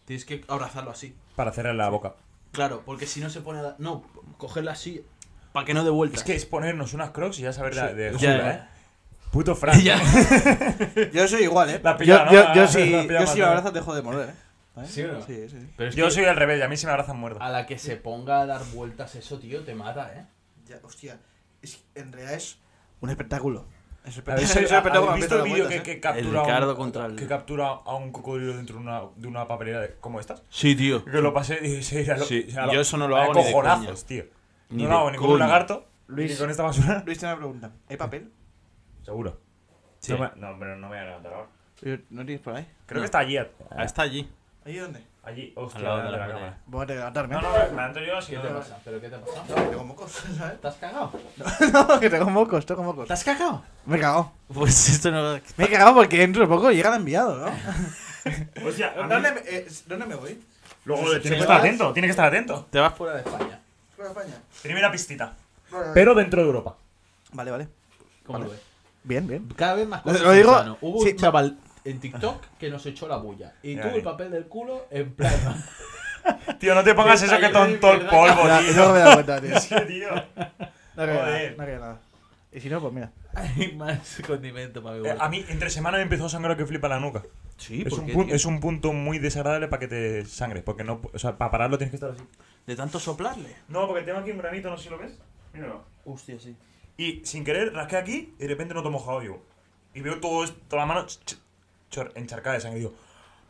A: Tienes que abrazarlo así.
C: Para cerrar la boca.
A: Claro, porque si no se pone a dar- No, cogerla así para que no dé vueltas.
C: Es que es ponernos unas crocs y ya saber de, de
A: Ya,
C: jungla,
A: ya.
C: eh. Puto Fran.
A: Ya.
B: Yo soy igual, ¿eh?
C: La
B: yo,
C: pillada,
B: yo,
C: ¿no?
B: yo
C: La-
B: sí,
C: la pillada
B: yo sí me
C: más
B: abrazas, dejo de morder, ¿eh? ¿Sabes?
A: ¿Sí o no?
B: Sí, sí.
A: Pero es
C: Yo
A: que
C: soy al revés, y a mí si me abrazan muerto.
A: a la que se ponga a dar vueltas eso, tío, te mata, ¿eh?
B: Ya, hostia, es que en realidad es un espectáculo. Es espect-
C: ¿Habéis,
B: es un espectáculo.
C: habéis visto el vídeo que,
B: que,
C: que captura,
A: Ricardo
C: un,
A: contra el-
C: que captura a un cocodrilo dentro de una, de una papelera de- como estas?
A: Sí, tío.
C: Que lo pasé y se irá lo-
A: Sí,
C: se irá
A: yo eso no lo hago ni de
C: cojonazos, tío.
A: Ni
C: no
A: de
C: lo hago ni con un
A: coña.
C: lagarto, ni
B: Luis.
C: con esta basura.
B: Luis tiene una pregunta. ¿Hay papel?
C: Seguro.
A: Sí.
C: No, me- no, pero no me voy a levantar ahora.
B: ¿No tienes por ahí?
C: Creo que está allí.
A: Está allí.
B: ¿Ahí dónde?
C: Allí, hostia,
A: Al lado de
C: delante
A: la
C: de la
A: pantalla.
C: cámara.
B: Voy a levantarme.
C: No, no, me levanto yo así.
A: ¿Qué
C: no,
A: te
C: no.
A: pasa? ¿Pero qué te ha pasado?
B: Tengo mocos, ¿sabes?
A: ¿Te has cagado?
B: No, que tengo mocos, tengo mocos.
A: ¿Te has cagado?
B: Me he cagado.
A: Pues esto no...
B: Me he cagado porque dentro de poco llega el enviado, ¿no?
C: Hostia, a mí-
B: ¿Dónde, me- eh, ¿Dónde me voy?
C: Luego, tiene que
A: señoras-
C: estar atento, tiene que estar atento.
A: Te vas fuera de España.
B: ¿Por España?
C: Primera pistita.
B: Vale, vale.
C: Pero dentro de Europa.
B: Vale, vale.
A: ¿Cómo lo ves?
B: Bien, bien.
A: Cada vez más
B: Lo-
A: cosas.
B: lo digo-
A: insano. Hubo
B: sí.
A: un chaval en TikTok que nos echó la bulla. Y
C: Ya,
A: tuvo
C: ya.
A: el papel del culo en plano.
C: Tío, no te pongas
A: Sí,
C: eso que
A: está lleno de
C: tonto el
A: mierda.
C: polvo,
B: Ya,
C: tío.
B: luego me he dado cuenta, tío.
C: Es que, tío.
B: No queda nada,
C: Joder.
B: no queda nada. Y si no, pues mira.
A: Hay más condimento para mi
C: Eh,
A: boca.
C: A mí, entre semana me empezó a sangrar que flipa la nuca.
A: ah, Sí,
C: Es un,
A: porque
C: pun- es un punto muy desagradable para que te sangre. Porque no. O sea, para pararlo tienes que estar así.
A: de tanto soplarle.
C: No, porque tengo aquí un granito, no sé si lo ves. Míralo.
A: Hostia, sí.
C: Y sin querer rasqué aquí y de repente no tomo mojado yo. Y veo todo esto, toda la mano ch- ch- chor- encharcada de sangre. Y digo,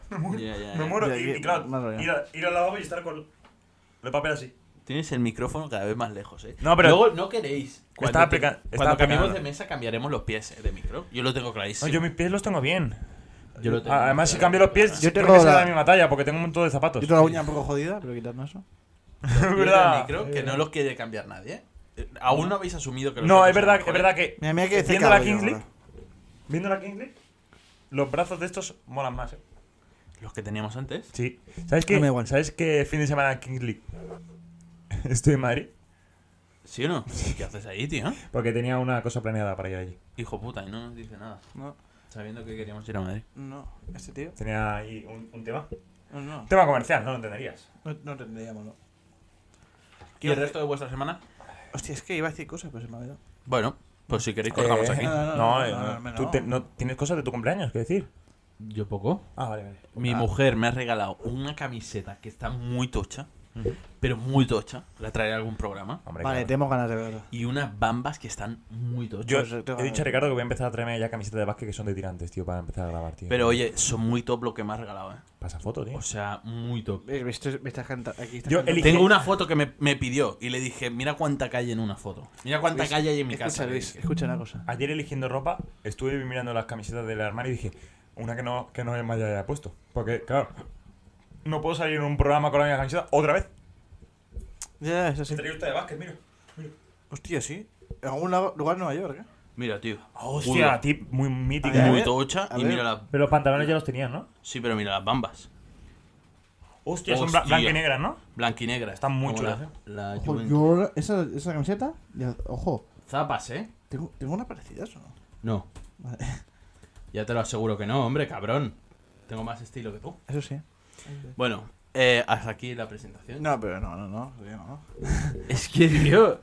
C: me muero,
A: Ya, ya,
C: me
A: ya.
C: muero.
B: Ya,
C: y,
B: ya,
C: y claro,
B: Eh, más rollo.
C: ir, a- ir al lavabo y estar con el papel así.
A: Tienes el micrófono cada vez más lejos, ¿eh?
C: No, pero-
A: Luego no queréis. Cuando,
C: Estaba
A: te-
C: aplica- estaba
A: cuando cambiemos
C: aplicando.
A: de mesa cambiaremos los pies eh, de micro. Yo lo tengo clarísimo.
C: No, yo mis pies los tengo bien.
A: Yo lo tengo.
C: Ah, Además, si cambio los pies,
B: Yo
C: yo
B: tengo
C: creo que será
B: la-
C: de la misma talla porque tengo un montón de zapatos.
B: Yo tengo la uña un poco jodida, pero quitando eso.
A: Los
C: es
A: pies de
C: verdad. Eh.
A: micro que no los quiere cambiar nadie. eh. Aún no habéis asumido que ¿eh? los
C: No,
A: otros
C: es verdad,
A: son
C: es
A: mejores.
C: verdad que.
B: Mira, mira que cerca
C: viendo la
B: voy yo
C: Kingsley,
B: ahora.
C: viendo la Kingsley, los brazos de estos molan más. eh.
A: Los que teníamos antes.
C: Sí. ¿Sabes qué?
B: No me da igual.
C: ¿Sabes qué fin de semana Kingsley? Estoy en Madrid
A: ¿Sí o no? ¿Qué haces ahí, tío?
C: porque tenía una cosa planeada para ir allí.
A: Hijo puta, y no nos dice nada.
B: No,
A: Sabiendo que queríamos ir a Madrid.
B: no, este tío.
C: Tenía ahí un, un tema.
B: No, no,
C: Un tema comercial, no lo entenderías.
B: no, no tendríamos, no.
A: ¿Y el resto de vuestra semana?
B: Hostia, es que iba a decir cosas, pero se me ha olvidado.
A: Bueno, pues si queréis cortamos
C: Eh,
A: aquí.
B: No, no,
C: No,
B: no,
C: eh,
B: no,
C: no.
B: no, no,
C: Tú
B: no.
C: te- no tienes cosas de tu cumpleaños, ¿qué decir?
A: Yo poco.
C: Ah, vale, vale.
A: Mi
B: Ah.
A: mujer me ha regalado una camiseta que está muy tocha, pero muy tocha. La traeré a algún programa.
C: Hombre,
B: vale,
C: claro.
B: tenemos ganas de verlo.
A: Y unas bambas que están muy tochas.
C: Yo
B: Pues, eh, tengo
C: he dicho
B: ganas.
C: a Ricardo que voy a empezar a traerme ya camisetas de básquet que son de tirantes, tío, para empezar a grabar, tío.
A: Pero oye, son muy top lo que me ha regalado, ¿eh?
C: Pasa foto, tío.
A: O sea, muy top.
B: Eh, Me, estoy- me estás cantando. Aquí estás
C: Yo
B: cantando.
C: elige-
A: Tengo una foto que me, me pidió y le dije, mira cuánta calle en una foto. Mira cuánta
B: Luis,
A: calle hay en mi
B: escucha,
A: casa. le
B: Luis,
A: dije.
B: escucha una cosa.
C: Ayer eligiendo ropa, estuve mirando las camisetas del armario y dije, una que no, que no me haya puesto. Porque, claro, no puedo salir en un programa con la misma camiseta otra vez.
B: Ya, ya, eso sí.
C: Te esta de básquet, mira.
B: Hostia, sí. En algún lado- lugar en Nueva York, ¿eh?
A: Mira, tío.
C: Ah, Hostia, ¿eh? tip muy mítica.
B: A
A: Muy
B: ver,
A: tocha
B: a
A: y
B: ver.
A: mira las...
C: Pero los pantalones ya los tenían, ¿no?
A: Sí, pero mira las bambas.
C: Hostia, son bla-
A: Hostia.
C: blanca y negra, ¿no?
A: Blanquinegra.
C: Están muy
A: como
C: chulas,
A: la-
C: eh.
A: La,
B: Ojo,
A: Juventus.
B: yo ahora- esa, esa camiseta, ya- ojo,
A: Zapas, ¿eh?
B: ¿tengo, ¿tengo una parecida o no?
A: No.
B: Vale,
A: Ya te lo aseguro que no, hombre, cabrón. Tengo más estilo que tú.
B: eso sí.
A: Bueno, eh, hasta aquí la presentación.
B: No, pero no, no, no. todavía no.
A: Es que, tío.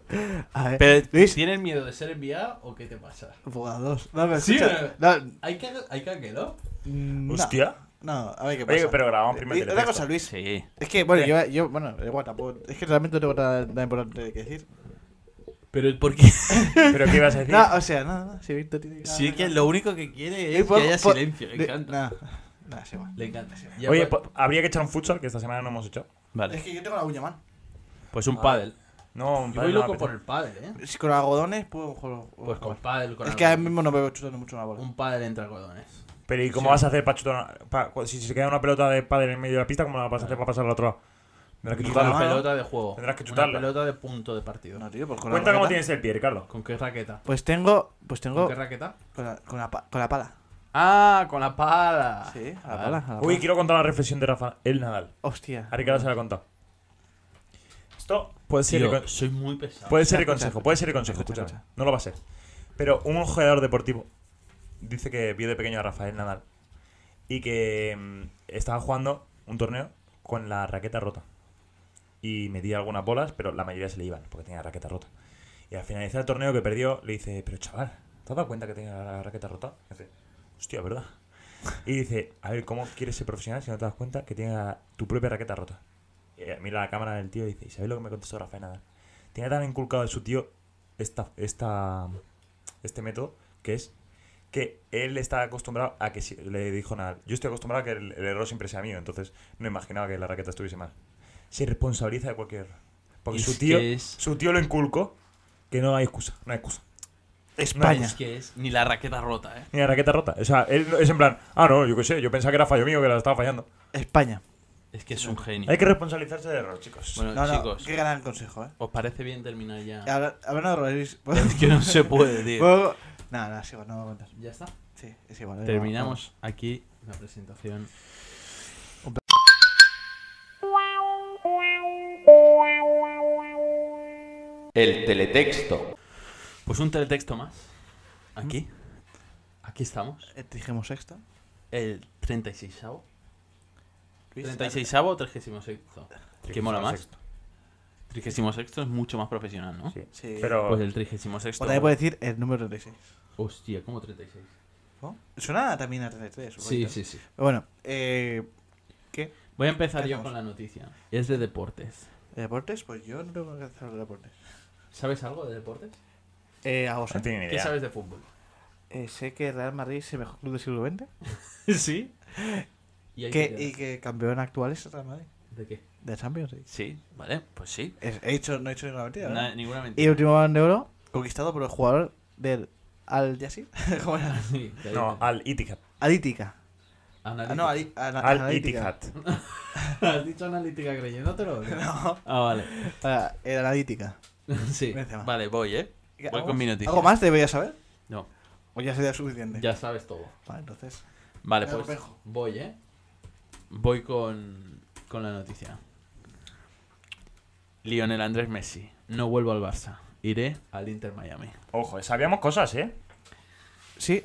B: A ver,
A: Pero,
B: Luis,
A: ¿Tienes miedo de ser enviado o qué te pasa?
B: Boga 2. No, pero
A: Sí,
B: escucha, no,
A: ¿Hay que, hay que aqueló?
B: mm, no.
C: Hostia.
B: No, a ver qué pasa.
C: Oye, pero grabamos primero
B: Y
C: el
B: Otra
C: texto.
B: cosa, Luis.
A: Sí.
B: Es que, bueno, yo, yo, bueno, da igual, tampoco. Es que realmente no tengo nada, nada importante que decir.
A: Pero ¿por qué?
C: ¿Pero qué ibas a decir?
B: No, o sea, no, no, si Víctor tiene.
A: Sí, que lo único que quiere
B: Y
A: es
B: Eh, por-
A: que haya
B: por-
A: silencio. Le
B: de-
A: encanta.
B: Nada, nada, se va.
A: Le encanta. ese- Ya
C: Oye,
A: pues-
C: po- habría que echar un futsal, que esta semana no hemos echado.
B: Es
A: Vale.
B: que yo tengo la uña mal.
A: Pues un pádel.
C: No, un
A: Yo
C: pádel
A: voy
C: no me
A: loco por
C: apetece.
A: el pádel, ¿eh?
B: Si con algodones puedo jugar.
A: Pues con pádel, con
B: Es que ahora
A: algodón.
B: mismo no me veo chutando mucho una bola.
A: Un pádel entre algodones.
C: Pero ¿y cómo vas a hacer para chutar? pa- cu- si se queda una pelota de pádel en medio de la pista, ¿cómo la vas a hacer para pasar al otro lado? Tendrás que
A: Y
C: chutarla.
A: una
B: mano.
A: pelota de juego.
C: Tendrás que
A: Una
C: chutarla.
A: pelota de punto de partido.
B: No, tío, pues con la
C: Cuenta cómo
B: raqueta.
C: tienes el pie, Ricardo.
A: ¿Con qué raqueta?
B: Pues tengo. Pues
A: ¿Con
B: tengo.
A: qué raqueta?
B: Con la, con la, pa- con la pala.
A: Ah, con la pala.
B: Sí, a la
A: Ah, Vale.
B: pala. a la
C: Uy,
B: pala.
C: quiero contar la reflexión de Rafa, el Nadal.
B: Hostia.
C: A Ricardo se la he contado. Esto puede ser,
A: Tío,
C: el con-
A: soy muy pesado.
C: puede ser el
B: Escucha,
C: consejo, puede ser el consejo,
B: escucha,
C: escúchame. No lo va a ser. Pero un ojeador deportivo dice que vio de pequeño a Rafael Nadal y que mm, estaba jugando un torneo con la raqueta rota. Y metía algunas bolas, pero la mayoría se le iban porque tenía la raqueta rota. Y al finalizar el torneo que perdió, le dice, pero chaval, ¿te has dado cuenta que tenía la raqueta rota? Y dice, hostia, ¿verdad? Y dice, a ver, ¿cómo quieres ser profesional si no te das cuenta que tienes la- tu propia raqueta rota? Y eh, mira la cámara del tío y dice, ¿y sabéis lo que me contestó Rafael Nadal? Tiene tan inculcado de su tío esta, esta, este método, que es que él está acostumbrado a que, si- le dijo Nadal, yo estoy acostumbrado a que el, el error siempre sea mío, entonces no imaginaba que la raqueta estuviese mal. Se responsabiliza de cualquier error. Porque
A: Es
C: su tío,
A: que es-
C: su tío lo inculcó que no hay excusa, no hay excusa.
B: España.
A: Es que es ni la raqueta rota, ¿eh?
C: Ni la raqueta rota. O sea, él es en plan, ah, no, yo qué sé, yo pensaba que era fallo mío, que la estaba fallando.
B: España.
A: Es que es un genio.
C: Hay que responsabilizarse de error, chicos.
A: Bueno,
B: No, no,
A: chicos,
B: qué gran consejo, eh.
A: ¿os parece bien terminar ya?
B: Habla- Hablando de Luis.
A: Es que no se puede, tío.
B: Puedo- No, no, es igual, no me contar.
A: ¿Ya está?
B: Sí, es igual. es igual.
A: Terminamos aquí la presentación.
D: El teletexto.
A: Pues un teletexto más. Aquí. Aquí estamos.
B: Eh, Dijimos sexto.
A: El 36avo.
B: Luis,
A: 36avo o 36 ¿Qué mola más?
C: Sexto.
A: 36 es mucho más profesional, ¿no?
C: Sí.
B: Sí.
C: Pero
A: Pues el 36
B: O también puedes decir el número 36.
A: Hostia, ¿cómo 36?
B: ¿no? Suena también a 33.
A: Sí,
B: supongo.
A: sí, sí.
B: Pero bueno, eh, ¿qué?
A: Voy a empezar yo
B: Vamos.
A: con la noticia. Es de deportes.
B: ¿De deportes? Pues yo no tengo que hacer de deportes.
A: ¿Sabes algo de deportes?
B: Eh, a vos,
C: no tiene ni
A: ¿Qué
C: idea.
A: sabes de fútbol?
B: eh, sé que Real Madrid es el mejor club del siglo XX.
A: ¿Sí? ¿Y, ahí te
B: Que,
A: quedas.
B: y que campeón actual es el Real Madrid.
A: ¿De qué?
B: De Champions League.
A: Sí, vale, pues sí.
B: Es- he hecho, no he hecho ninguna mentira.
A: Na-
B: ¿no?
A: ninguna
B: Y el
A: mentira.
B: último balón de oro conquistado por el jugador del Al Yassir. ¿Cómo era?
A: Sí, te
C: No,
A: digo.
C: al Itihad.
B: Adítica.
A: Analítica.
B: Ah, no, Ali- ana-
C: Al
B: analítica.
C: Itihad.
A: Has dicho analítica creyéndotelo. o qué?
B: No,
A: Ah, vale.
B: ah, era analítica.
A: Sí.
B: Benzema.
A: Vale, voy, ¿eh? Voy
B: ¿Algo-
A: con mi noticia.
B: ¿Algo más debería saber?
A: No,
B: ¿O ya sería suficiente?
A: ya sabes todo.
B: Vale, entonces.
A: Vale,
B: Me
A: pues
B: arropejo.
A: voy, ¿eh? Voy con, con la noticia. Lionel Andrés Messi. No vuelvo al Barça. Iré al Inter Miami.
C: Ojo, eh, sabíamos cosas, ¿eh?
B: Sí.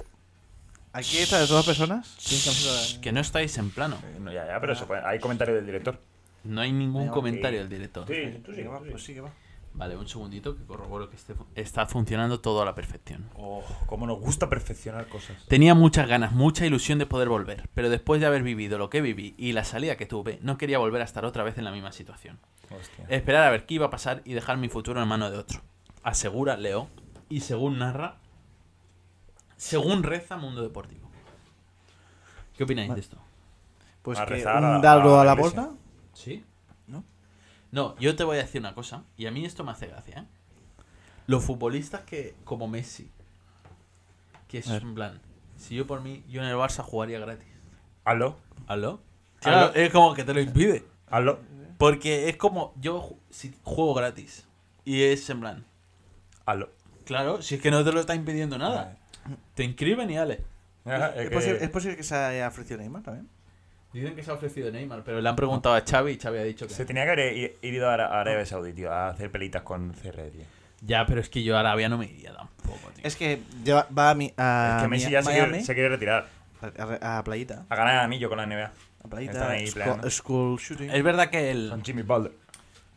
B: Aquí está de todas personas. Tienen camiseta de-
A: Que no estáis en plano.
C: Eh, No, ya, ya, pero se puede- hay comentario del director.
A: No hay ningún
B: Ok.
A: comentario del director.
C: Sí,
B: Sí, que va, Pues sí que va.
A: Vale, un segundito que corroboro que este fu- está funcionando todo a la perfección.
C: Oh, cómo nos gusta perfeccionar cosas.
A: Tenía muchas ganas, mucha ilusión de poder volver, pero después de haber vivido lo que viví y la salida que tuve, no quería volver a estar otra vez en la misma situación.
C: Hostia.
A: Esperar a ver qué iba a pasar y dejar mi futuro en manos de otro. Asegura Leo. Y según narra, según reza Mundo Deportivo. ¿Qué opináis de esto?
B: Pues
C: A
B: que
C: rezar a-
B: un dardo
C: a
B: a la
C: la iglesia.
B: puerta.
A: ¿Sí?
B: ¿No?
A: No, yo te voy a decir una cosa, y a mí esto me hace gracia, ¿eh? Los futbolistas que, como Messi, que es
B: A ver.
A: un plan, si yo por mí, yo en el Barça jugaría gratis.
C: Hazlo,
A: ¿Aló?
C: Claro.
A: Claro, es como que te lo impide.
C: hazlo.
A: Porque es como, yo ju- si juego gratis, y es en plan,
C: Hazlo.
A: claro, si es que no te lo está impidiendo nada. Te inscriben y ale.
C: Ajá, es
B: ¿Es,
C: Ah, eh, que-
B: posible, es posible que se haya ofrecido Neymar también.
A: Dicen que se ha ofrecido Neymar, pero le han preguntado a Xavi y Xavi ha dicho que
C: Se tenía que haber i- ir ido a Ara- a Arabia Saudí, tío, a hacer pelitas con CR, tío.
A: Ya, pero es que yo a Arabia no me iría tampoco, tío.
B: Es que lleva- va a, Ah, mi, a
C: es que Messi ya se quiere,
B: Miami,
C: se quiere retirar.
B: a, a playita.
C: A ganar el anillo con la NBA.
B: A playita.
C: Están ahí,
B: sco-
C: plan.
B: school shooting.
A: Es verdad que
C: Con
A: el.
C: Jimmy Butler.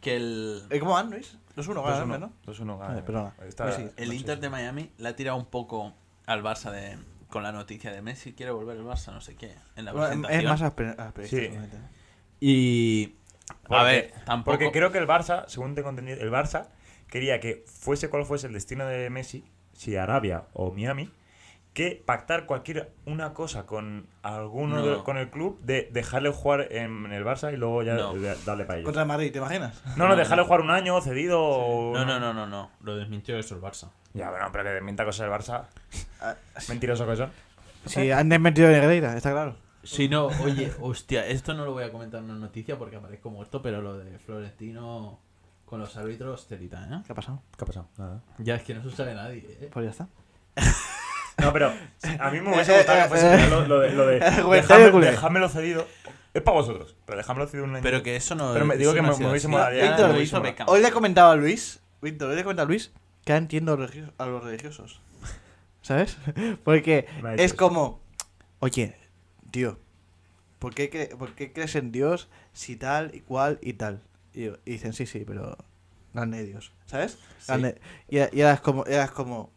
A: Que el.
B: Eh, ¿Cómo van, Luis? 2-1, ganan,
C: 2-1,
B: ¿no?
C: 2-1, gana.
B: Vale, perdona.
C: Está-
B: Messi, el
C: no
A: El
C: sé
A: Inter
C: si-
A: de Miami le ha tirado un poco al Barça de, con la noticia de Messi quiere volver el Barça, no sé qué, en la
B: Bueno,
A: presentación.
B: es más aspe- este, asperista,
C: Sí.
B: seguramente.
A: Y a
C: Porque-
A: ver, tampoco
C: Porque creo que el Barça, según tengo entendido, el Barça quería que fuese cual fuese el destino de Messi, si Arabia o Miami, que pactar cualquier una cosa con alguno
A: No.
C: de- con el club de dejarle jugar en el Barça y luego ya
A: No.
C: de- darle para ellos.
B: Contra el Madrid, ¿te imaginas?
C: No, no, dejarle jugar un año cedido o
A: no, no, no, no, no, lo desmintió eso el Barça.
C: Ya, bueno, pero que mienta cosas del Barça.
B: Ah,
C: Mentiroso que son.
B: Si han desmentido a Negreira, está claro.
A: Si no, oye, hostia, esto no lo voy a comentar en la noticia porque aparezco muerto, pero lo de Florentino con los árbitros, telita,
B: ¿Qué ha pasado?
C: ¿Qué ha pasado? Nada.
A: ¿eh? Ya es que no se sabe nadie, ¿eh?
B: Pues ya está.
C: No, pero a mí me hubiese gustado que fuese lo, lo de, lo de
B: Comentario
C: dejadme-
B: culé.
C: dejadmelo cedido. Es para vosotros, pero dejadmelo cedido un año.
A: Pero que eso no.
C: Pero me- digo
A: eso
C: que
A: no
C: me-
A: ha sido
C: me hubiese
A: así.
C: molado ya,
A: Víctor,
B: me
A: lo
C: hubiese
A: hizo
C: molado.
A: Beckham.
B: Hoy le comentaba a Luis, Víctor, hoy le comentaba a Luis que ahora entiendo a los religio- a los religiosos. ¿Sabes? Porque
C: Me ha dicho
B: es
C: eso.
B: como, oye, tío, ¿por qué, cre- por qué crees en Dios si tal y cual y tal? Y, yo- y dicen, sí, sí, pero grande Dios, ¿sabes? Grande- Y, y eras como, eras como,